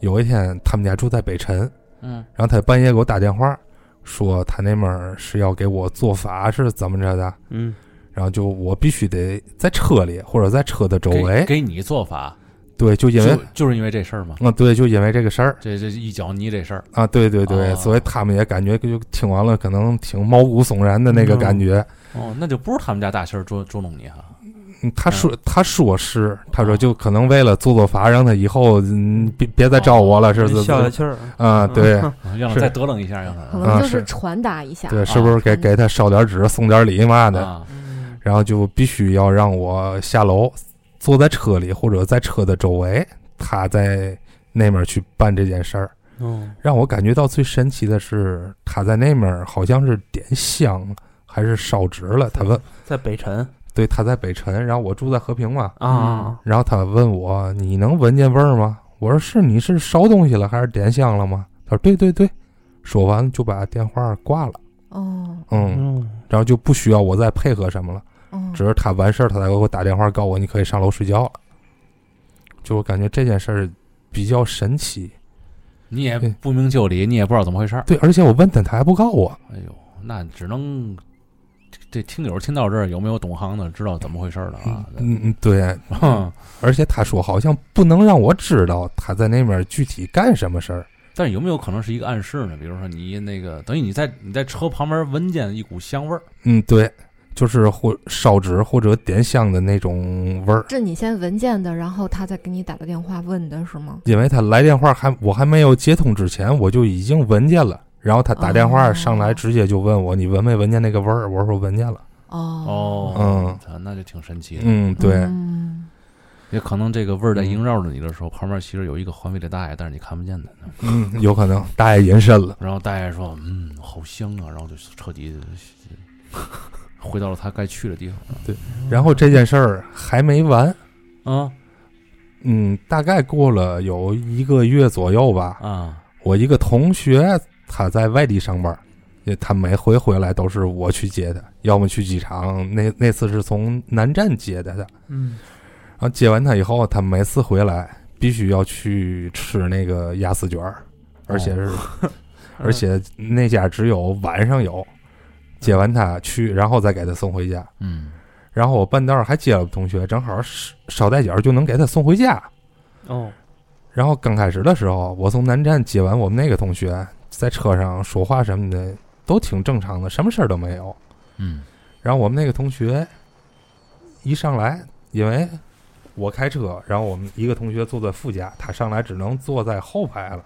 S3: 有一天他们家住在北辰，
S2: 哦
S1: 嗯，
S3: 然后他半夜给我打电话，说他那边儿是要给我做法是怎么着的，
S4: 嗯
S3: 然后就我必须得在车里或者在车的周
S1: 给
S3: 围，
S1: 给你做法，
S3: 对，就因为
S1: 就就是因为这事儿嘛。
S3: 啊对，就因为这个事儿。
S1: 这这一脚泥这事儿，
S3: 啊，对对对，
S1: 哦
S3: 所以他们也感觉就听完了，可能挺毛骨悚然的那个感觉。
S1: 哦，那就不是他们家大仙儿捉捉弄你哈。
S3: 嗯他说他说是，他说就可能为了做做法，让他以后嗯别别再招我了，是是
S4: 消消
S3: 是
S4: 气儿
S3: 啊，对
S1: 啊让他
S3: 是
S1: 再得楞一下，让
S2: 可
S1: 他
S2: 能
S3: 啊
S2: 就是
S3: 是
S2: 传达一下。
S3: 对，是不是给给他烧点纸、送点礼嘛的？
S1: 啊，
S4: 嗯
S3: 然后就必须要让我下楼，坐在车里或者在车的周围，他在那面去办这件事儿。
S4: 哦
S3: 让我感觉到最神奇的是，他在那面好像是点香了还是烧纸了，他问。
S4: 在北辰
S3: 对，他在北辰，然后我住在和平嘛。
S4: 啊，
S3: 然后他问我：“你能闻见味儿吗？”我说：“是，你是烧东西了还是点香了吗？”他说：“对对对。”说完就把电话挂了。
S2: 哦，
S3: 嗯，
S4: 嗯
S3: 然后就不需要我再配合什么了，
S2: 哦，
S3: 只是他完事儿，他才给我打电话告我你可以上楼睡觉了。就我感觉这件事儿比较神奇。
S1: 你也不明就里，你也不知道怎么回事儿。
S3: 对，而且我问他，他还不告我。
S1: 哎呦，那只能这这听友听到这儿，有没有懂行的知道怎么回事儿了啊？
S3: 嗯嗯，对。
S1: 哼，
S3: 而且他说好像不能让我知道他在那面具体干什么事儿。
S1: 但是有没有可能是一个暗示呢？比如说你那个，等于你在你在车旁边闻见一股香味儿，
S3: 嗯，对，就是或烧纸或者点香的那种味儿。
S2: 这你先文件的，然后他再给你打个电话问的是吗？
S3: 因为他来电话还我还没有接通之前，我就已经闻见了。然后他打电话
S2: 哦
S3: 上来，直接就问我、你闻没闻见那个味儿？我说闻见了。
S2: 哦
S1: 哦
S3: 嗯，
S1: 操那就挺神奇的。
S3: 嗯，对，
S2: 嗯
S1: 也可能这个味儿在萦绕着你的时候，旁边其实有一个环卫的大爷，但是你看不见的。
S3: 嗯，有可能大爷隐身了。
S1: 然后大爷说：“嗯，好香啊！”然后就彻底回到了他该去的地方
S3: 然后这件事儿还没完。
S1: 啊
S3: 嗯，大概过了有一个月左右吧，
S1: 啊！
S3: 我一个同学他在外地上班，也他每回回来都是我去接他，要么去机场。那那次是从南站接的他，
S4: 嗯
S3: 然后接完他以后，他每次回来必须要去吃那个鸭丝卷儿，而且是、而且那家只有晚上有。接完他去，然后再给他送回家。
S1: 嗯，
S3: 然后我半道儿还接了个同学，正好捎捎带脚就能给他送回家。
S4: 哦
S3: 然后刚开始的时候，我从南站接完我们那个同学，在车上说话什么的都挺正常的，什么事儿都没有。
S1: 嗯，
S3: 然后我们那个同学一上来，因为我开车，然后我们一个同学坐在副驾，他上来只能坐在后排了。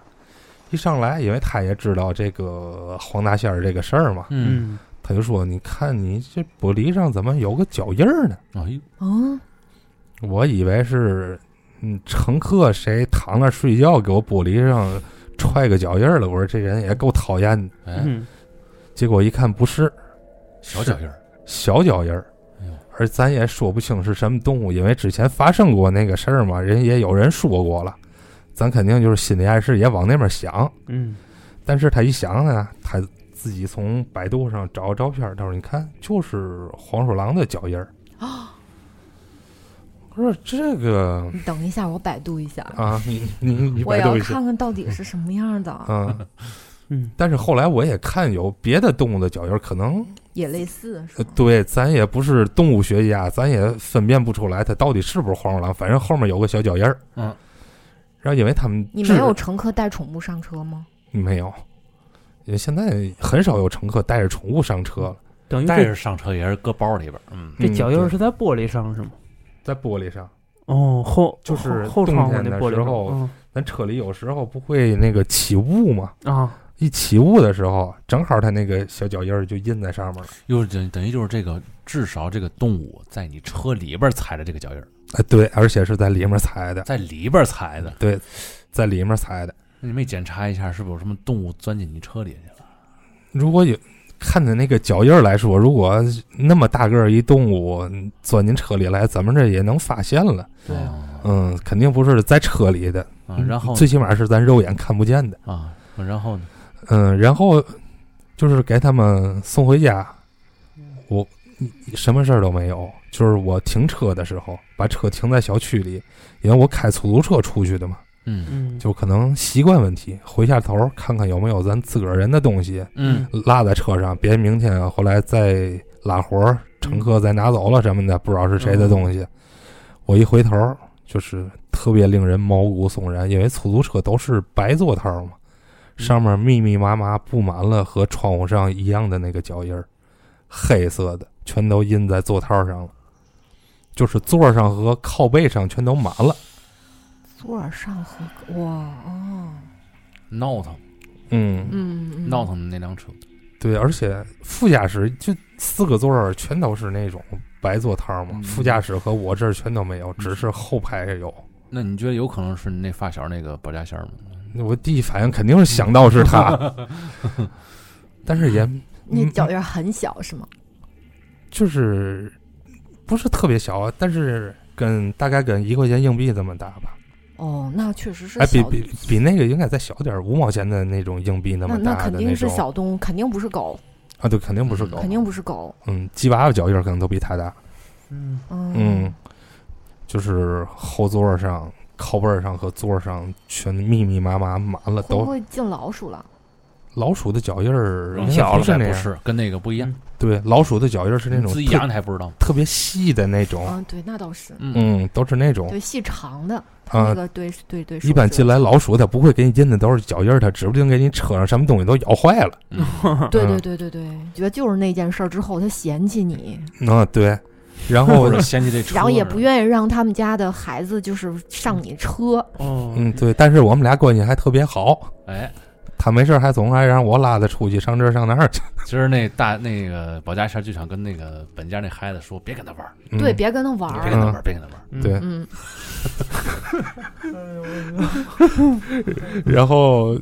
S3: 一上来，因为他也知道这个黄大仙儿这个事儿嘛，
S1: 嗯，
S4: 嗯
S3: 他就说：“你看你这玻璃上怎么有个脚印儿呢？”
S1: 哎呦，
S2: 啊，
S3: 我以为是，嗯，乘客谁躺那儿睡觉，给我玻璃上踹个脚印儿了。我说这人也够讨厌的。
S1: 哎，
S4: 嗯
S3: 结果一看不是
S1: 小脚印儿，
S3: 小脚印儿
S1: 哎呦，
S3: 而咱也说不清是什么动物，因为之前发生过那个事儿嘛，人也有人说过了。咱肯定就是心理暗示也往那边想。
S4: 嗯，
S3: 但是他一想呢，他自己从百度上找照片儿，他说：“你看，就是黄鼠狼的脚印儿。”
S2: 哦
S3: 我说：“这个
S2: 你等一下，我百度一下，
S3: 啊，你你你
S2: 我
S3: 百
S2: 要
S3: 度一下
S2: 看看到底是什么样的，
S3: 啊。
S4: 嗯”
S3: 但是后来我也看有别的动物的脚印儿，可能
S2: 也类似是
S3: 呃
S2: 吗？
S3: 对，咱也不是动物学家，咱也分辨不出来它到底是不是黄鼠狼，反正后面有个小脚印儿。
S1: 嗯，
S3: 然后因为他们
S2: 你
S3: 治
S2: 没有乘客带宠物上车吗？
S3: 没有，因为现在很少有乘客带着宠物上车了。
S4: 等于
S1: 但
S4: 这
S1: 是上车也是搁包里边儿，嗯，
S4: 这
S3: 嗯
S4: 脚印
S3: 对
S4: 儿是在玻璃上是吗？
S3: 在玻璃上，
S4: 哦，后
S3: 就是
S4: 后后
S3: 冬
S4: 窗户
S3: 天
S4: 那
S3: 的
S4: 玻璃
S3: 时
S4: 上
S3: 候咱车里有时候不会那个起雾嘛，
S4: 嗯啊，
S3: 一起雾的时候，正好它那个小脚印儿就印在上面了。
S1: 又是等等于就是这个，至少这个动物在你车里边儿踩的这个脚印儿，
S3: 哎，对，而且是在里面踩的，
S1: 在里边儿踩的，
S3: 对，在里面踩的。
S1: 那你没检查一下是不是有什么动物钻进你车里去了？
S3: 如果有看的那个脚印儿来说，如果那么大个儿一动物钻您车里来，咱们这也能发现了。
S4: 对啊
S1: 哦
S3: 嗯，肯定不是在车里的，
S1: 啊，然后呢
S3: 最起码是咱肉眼看不见的。
S1: 啊，然后呢？
S3: 嗯，然后就是给他们送回家，我什么事儿都没有。就是我停车的时候，把车停在小区里，因为我开出租车出去的嘛，
S1: 嗯
S4: 嗯，
S3: 就可能习惯问题，回下头儿看看有没有咱自个儿人的东西
S1: 嗯
S3: 落在车上，别明天后来再拉活儿，
S4: 嗯
S3: 乘客再拿走了什么的，不知道是谁的东西。我一回头儿，就是特别令人毛骨悚然，因为出租车都是白座套嘛，上面密密麻麻布满了和窗户上一样的那个脚印儿，黑色的，全都印在座套上了，就是座上和靠背上全都满了。
S2: 座儿上和哇哦，
S1: 闹腾
S3: 嗯
S2: 嗯，嗯
S1: 闹腾的那辆车，
S3: 对，而且副驾驶就四个座儿全都是那种白座套嘛，
S1: 嗯
S3: 副驾驶和我这儿全都没有，只是后排有。
S1: 那你觉得有可能是那发小那个保家仙儿吗？
S3: 我第一反应肯定是想到是他，但是也
S2: 那
S3: 嗯
S2: 脚印儿很小是吗？
S3: 就是不是特别小，啊但是跟大概跟一块钱硬币这么大吧。
S2: 哦，那确实是
S3: 哎，比
S2: 小，
S3: 比比那个应该再小点儿，五毛钱的那种硬币那
S2: 那
S3: 么大
S2: 肯
S3: 的
S2: 定是
S3: 种
S2: 小动物，肯定不是狗，
S3: 啊，对，肯定不是狗
S2: 肯，定不是狗，
S3: 嗯，鸡娃娃脚印儿可能都比它大。
S4: 嗯
S2: 嗯
S3: 嗯，就是后座上、靠背上和座上全密密麻麻满了，
S2: 会不
S3: 都
S2: 会进老鼠了？
S3: 老鼠的脚印儿，
S4: 嗯小了
S3: 不是
S1: 不
S3: 那
S1: 是
S3: 样，
S1: 跟那个嗯不一样，
S3: 对，老鼠的脚印儿是那
S1: 你
S3: 种
S1: 自己
S3: 特
S1: 养的还不知道吗？
S3: 特别细的那种，
S2: 嗯，对，那倒是，
S1: 嗯
S3: 嗯，都是那种
S2: 对，细长的，那
S3: 啊。
S2: 个对对对，
S3: 一般
S2: 手指
S3: 进来老鼠，它不会给你印的都是脚印儿，它指不定给你车上什么东西都咬坏了。
S1: 嗯，
S2: 对
S3: 嗯
S2: 对对对对，觉得就是那件事儿之后，他嫌弃你，
S3: 啊，对，然后
S1: 或者嫌弃这车，
S2: 然后也不愿意让他们家的孩子就是上你车，
S4: 哦，
S3: 嗯，对，但是我们俩关系还特别好，
S1: 哎，
S3: 他没事儿还总还让我拉他出去上这儿上那儿去。
S1: 今儿那大那个保家仙儿就想跟那个本家那孩子说，别跟他玩儿，
S3: 嗯
S2: 对，别跟他玩
S1: 别
S2: 儿
S1: 跟，他玩儿，别跟他玩儿。
S4: 嗯
S3: 对
S2: 嗯，
S3: 然后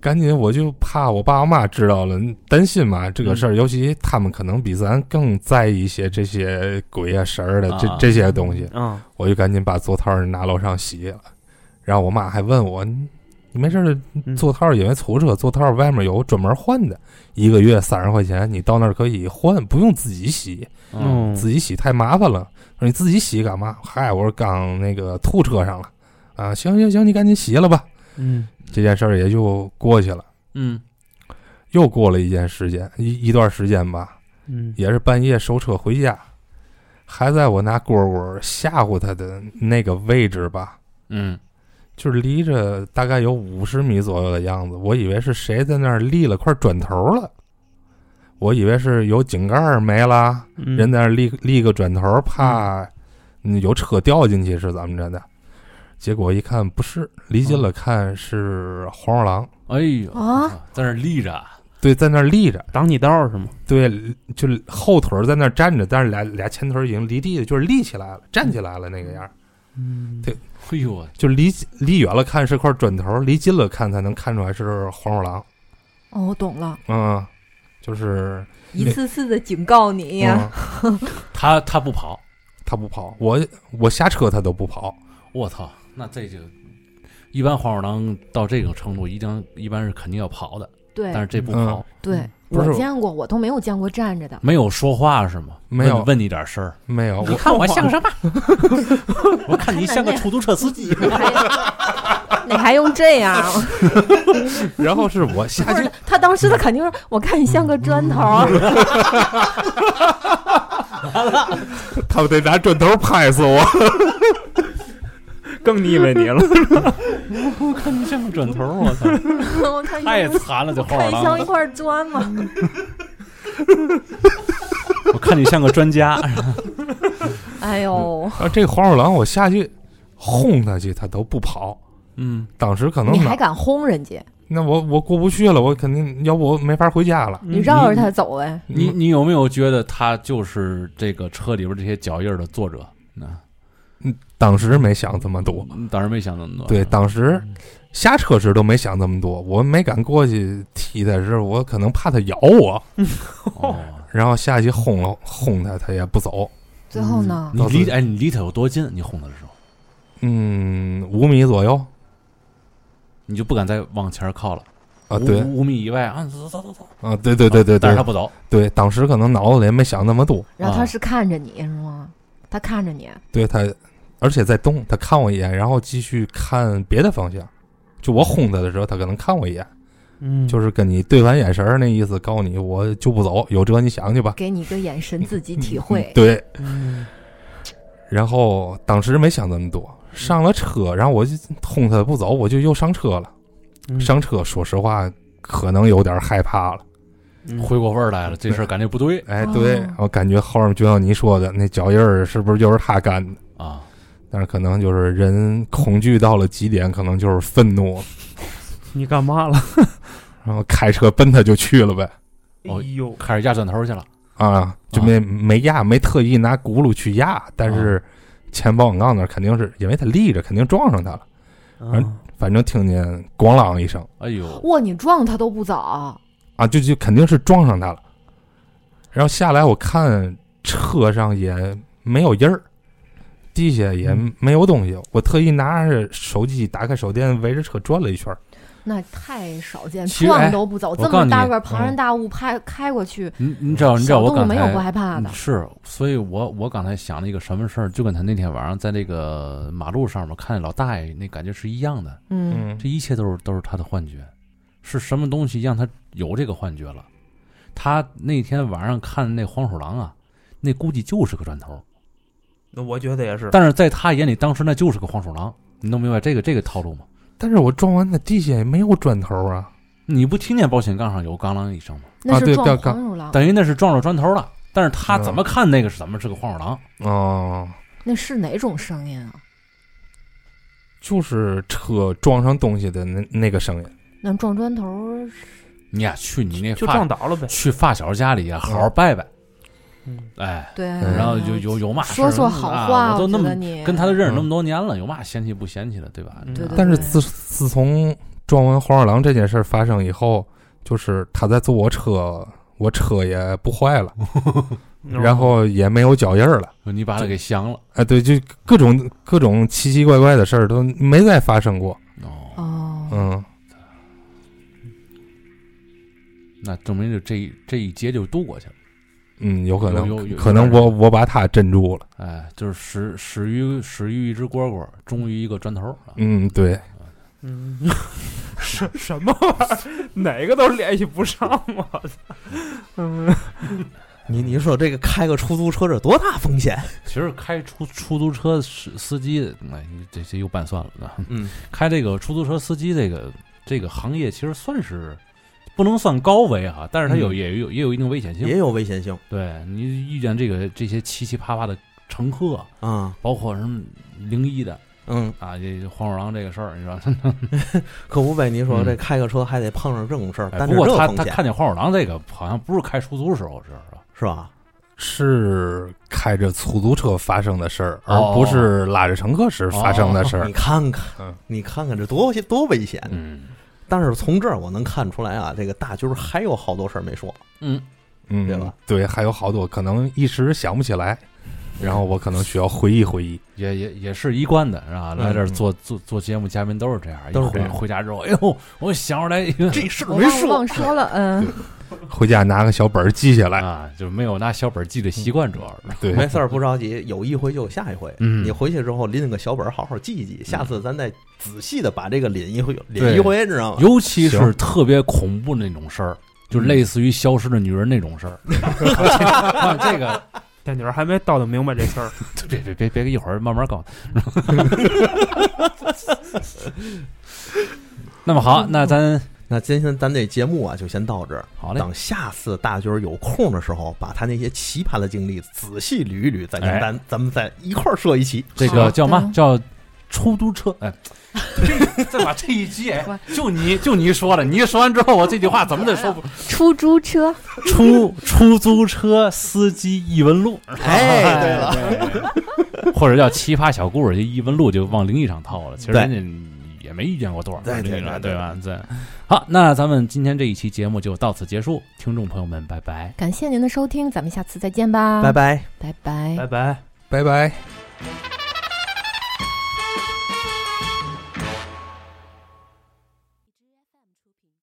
S3: 赶紧，我就怕我爸我妈知道了，担心嘛
S1: 嗯
S3: 这个事儿，尤其他们可能比咱更在意一些这些鬼啊神儿的这
S1: 啊
S3: 这些东西，
S4: 啊，
S3: 我就赶紧把座套儿拿楼上洗了。然后我妈还问我，你你没事儿
S4: 嗯
S3: 座套儿因为出租车座套儿外面有专门换的，一个月三十块钱，你到那儿可以换，不用自己洗，
S4: 哦
S1: 嗯，
S3: 自己洗太麻烦了。说你自己洗干嘛？嗨，我说刚那个吐车上了，啊，行行行，你赶紧洗了吧。
S4: 嗯
S3: 这件事儿也就过去了。
S1: 嗯，
S3: 又过了一件时间，一一段时间吧，
S4: 嗯
S3: 也是半夜收车回家，还在我拿蝈蝈吓唬他的那个位置吧，
S1: 嗯，
S3: 就是离着大概有五十米左右的样子。我以为是谁在那儿立了块砖头了，我以为是有井盖儿没了，
S4: 嗯，
S3: 人在那儿立立个砖头，怕嗯有车掉进去是怎么着的。结果一看不是，离近了看是黄鼠狼，
S1: 哎呦
S2: 啊，
S1: 在那儿立着啊，
S3: 对，在那儿立着。
S4: 挡你道儿是吗？
S3: 对，就是后腿儿在那儿站着，但是俩俩前腿儿已经离地，就是立起来了，站起来了那个样儿，
S4: 嗯
S3: 对
S1: 哎呦我，
S3: 就离离远了看是块砖头，离近了看才能看出来是黄鼠狼。
S2: 哦，我懂了，
S3: 嗯，就是
S2: 一次次的警告你，
S3: 嗯，
S1: 他他不跑，
S3: 他不跑，我我下车他都不跑，
S1: 我操，那这就一般黄鼠狼到这种程度，一定一般是肯定要跑的，
S2: 对嗯
S1: 但是嗯这不
S3: 嗯
S1: 跑，
S2: 对，
S3: 不
S2: 我
S3: 是
S2: 见过，我都没有见过站着的。
S1: 没有说话是吗？
S3: 没有
S1: 问问你点事儿，
S3: 没有， 我
S1: 看我像什么？我看 你像个出租车司机。
S2: 你 还你还用这样？
S3: 然后是我
S2: 不
S3: 下去
S2: 是，他当时他肯定是，我看你像个砖头儿，
S3: 他们得拿砖头拍死我。
S4: 更腻歪你 了。
S1: 我看你像个砖头，我 操！
S2: 我看你
S1: 嗯太
S2: 像
S1: 惨了，这嗯黄
S2: 看
S1: 鼠
S2: 你像一
S1: 狼。
S2: 块砖吗？
S1: 我看你像个专 家，
S2: 哎呦，
S3: 然后啊这黄鼠狼，我下去轰它去，它都不跑。
S1: 嗯，
S3: 当时可能
S2: 你还
S3: 拿
S2: 敢轰人家？
S3: 那我我过不去了，我肯定要不我没法回家
S4: 嗯
S1: 嗯
S3: 了。
S2: 你绕着他走哎呗。
S1: 你你有没有觉得他就是这个车里边这些脚印儿的作者？那嗯
S3: 当时没想这么多，
S1: 当然没想那么多。
S3: 对，当时下车时都没想这么多，我没敢过去踢它，是我可能怕它咬我，
S1: 哦，
S3: 然后下去轰了轰它，它也不走。
S2: 最后呢？
S1: 你离哎，你离他有多近？你轰他的时候，
S3: 嗯，五米左右
S1: 你就不敢再往前靠了
S3: 啊，
S1: 五
S3: 对
S1: 五米以外啊，走走走走。
S3: 啊，对对对对
S1: 但是
S3: 对
S1: 他不走，
S3: 对，当时可能脑子里也没想那么多，
S2: 然后
S1: 啊
S2: 他是看着你是吗？他看着你，
S3: 对它，而且在动，它看我一眼，然后继续看别的方向。就我轰它的时候，它可能看我一眼，
S4: 嗯，
S3: 就是是跟你对完眼神儿那意思，告诉你我就不走，有辙你想去吧。
S2: 给你一个眼神，自己 体
S3: 嗯
S2: 会。
S3: 对，
S4: 嗯
S3: 然后当时没想这么多，上了车，然后我就轰他不走，我就又上车了。
S4: 嗯
S3: 上车，说实话，可能有点害怕了。
S4: 嗯
S1: 回过味儿来了，这事儿感觉不对
S3: 哎，
S2: 哦
S3: 对、我感觉后面就像你说的，那脚印儿是不是就是他干的？
S1: 啊。
S3: 但是可能就是人恐惧到了极点，可能就是愤怒，
S4: 你干嘛了？
S3: 然后开车奔他就去了呗。
S1: 哦
S4: 哎呦，
S1: 开始压砖头去了，
S3: 啊，就没、没压，没特意拿轱辘去压，但是前保险杠那儿肯定是因为他立着，肯定撞上他了。
S4: 啊
S3: 反正听见咣啷一声
S1: 哎呦，
S2: 哇，你撞他都不走，
S3: 啊，就就肯定是撞上他了。然后下来我看车上也没有印儿，地下也
S2: 嗯
S3: 没有东西。我特意拿着手机打开手电，围着车转了一圈儿。
S2: 那太少见，
S1: 其实
S2: 撞
S1: 哎
S2: 都不走，
S1: 告
S2: 这
S1: 诉
S2: 么
S1: 你
S2: 大个庞然大物拍开过去，
S1: 你你知道你知道
S2: 小
S1: 我
S2: 动
S1: 刚
S2: 物
S1: 才嗯
S2: 没有不害怕的。
S1: 是，所以我我刚才想了一个什么事儿，就跟他那天晚上在那个马路上面看见老大爷那感觉是一样的，
S2: 嗯，
S3: 嗯
S1: 这一切都是都是他的幻觉，是什么东西让他有这个幻觉了？他那天晚上看那黄鼠狼啊，那估计就是个砖头，
S4: 那我觉得也是。
S1: 但是在他眼里，当时那就是个黄鼠狼，你能明白这个这个套路吗？
S3: 但是我撞完那地下也没有砖头啊。
S1: 你不听见保险杠上有“咣啷”一声吗？
S2: 那
S3: 对
S2: 是
S3: 不要
S2: 撞
S3: 看
S2: 黄鼠
S4: 嗯
S2: 狼，
S1: 等于那是撞着砖头了，但是
S3: 嗯
S1: 他怎么看那个是怎么是个黄鼠狼？
S3: 哦，
S2: 那是哪种声音啊？
S3: 就是车撞上东西的那那个声音。
S2: 那撞砖头儿是
S1: 你呀，去你那
S4: 就
S1: 发
S4: 撞倒了呗，
S1: 去发小家里呀，好好拜拜。
S4: 嗯，
S1: 哎，
S2: 对，啊
S1: 然
S3: 然
S1: 后有有有嘛事儿
S2: 说说好
S1: 啊
S2: 话，
S1: 我都那
S2: 觉得
S1: 么
S2: 你
S1: 跟他都认识啊
S3: 嗯
S1: 那么多年了，有嘛嫌弃不嫌弃的，对吧？
S4: 嗯
S2: 对对
S3: 但是
S2: 啊对
S3: 自自从撞完黄鼠狼这件事儿发生以后，就是他在坐我车，我车也不坏了，
S2: 哦
S4: 嗯
S3: 然后也没有脚印儿了。
S1: 你把他给降了。
S3: 哎，对，就各种各种奇奇怪怪的事儿都没再发生过。
S1: 哦，
S2: 哦，
S3: 嗯，
S1: 那证明就这一这一劫就度过去了。
S3: 嗯，有可
S1: 有有
S3: 能，
S1: 有
S3: 可能
S1: 有点
S3: 我我把他镇住了。
S1: 哎，就是始始于始于一只蝈蝈，终于一个砖头。啊
S3: 嗯，对，
S4: 嗯， 什什么玩意儿？哪个都联系不上我操！嗯，
S5: 你你说这个开个出租车这多大风险？
S1: 其实开出出租车司司机，哎，这这又拌算了啊。
S5: 嗯，
S1: 开这个出租车司机这个这个行业，其实算是不能算高危哈，但是它有、
S5: 嗯
S1: 也有也有一定危险性。
S5: 也有危险性
S1: 对你遇见这个这些七七八八的乘客，
S5: 啊。
S1: 包括什么灵异的
S5: 嗯，
S1: 啊，这黄鼠狼这个事儿，你知道？
S5: 可不呗，你说
S1: 嗯
S5: 这开个车还得碰上这种事儿，
S1: 哎
S5: 但
S1: 不
S5: 是这
S1: 过他
S5: 风
S1: 他
S5: 险
S1: 看见黄鼠狼这个，好像不是开出租时候的事儿啊。
S5: 是吧？
S3: 是开着出租车发生的事儿，而
S1: 哦
S3: 不是拉着乘客时发生的事儿
S5: 你。看看，
S3: 嗯
S5: 你看看这多多危险！
S1: 嗯
S5: 但是从这儿我能看出来啊，这个大军儿还有好多事儿没说。
S1: 嗯，
S3: 嗯，
S5: 对吧
S3: 对还有好多可能一时想不起来。然后我可能需要回忆回忆。
S1: 也也也是一贯的，是吧？
S5: 嗯
S1: 来这儿做做做节目，嘉宾都是这样，
S5: 都是
S1: 一
S5: 这样
S1: 回回家之后，哎呦，我想出来一个
S5: 这事儿
S2: 我
S5: 没
S2: 忘
S5: 说，
S2: 忘说了，嗯，
S3: 回家拿个小本儿记下来。
S1: 啊，哎就没有拿小本记的
S5: 嗯
S1: 习惯，主要是
S3: 对，
S5: 没事儿，不着急，有一回就有下一回。
S1: 嗯
S5: 你回去之后拎个小本儿，好好记一记，下次咱再仔细的把这个领一回，领一回，知道吗？
S1: 尤其是
S3: 行
S1: 特别恐怖那种事儿，就类似于消失的女人那种 事儿。啊这个
S4: 这女儿还没叨叨明白这事儿，
S1: 别别别别，一会儿慢慢搞。 那么好，那咱
S5: 那今天咱这节目啊，就先到这儿。
S1: 好嘞，
S5: 等下次大军儿有空的时候，把他那些奇葩的经历仔细捋一捋，再跟
S1: 哎
S5: 咱咱们再一块儿说一期。
S1: 这
S2: 好
S1: 个叫嘛
S2: 的
S1: 叫出租车？哎，再把 这一 集，哎就你就你说了，你一说完之后，我这句话怎么得说不
S2: 出租车，
S1: 出出租车司机异闻录，
S5: 哎，对了，
S1: 或者叫奇葩小故事，这异闻录就往灵异上套了。其实
S5: 对
S1: 人家也没遇见过多少
S5: 对
S1: 灵异了，
S5: 对对
S1: 对吧？对。好，那咱们今天这一期节目就到此结束，听众朋友们，拜拜。
S2: 感谢您的收听，咱们下次再见吧，
S5: 拜，拜。
S2: 拜拜
S4: 拜。拜。
S3: 拜拜。
S6: Thank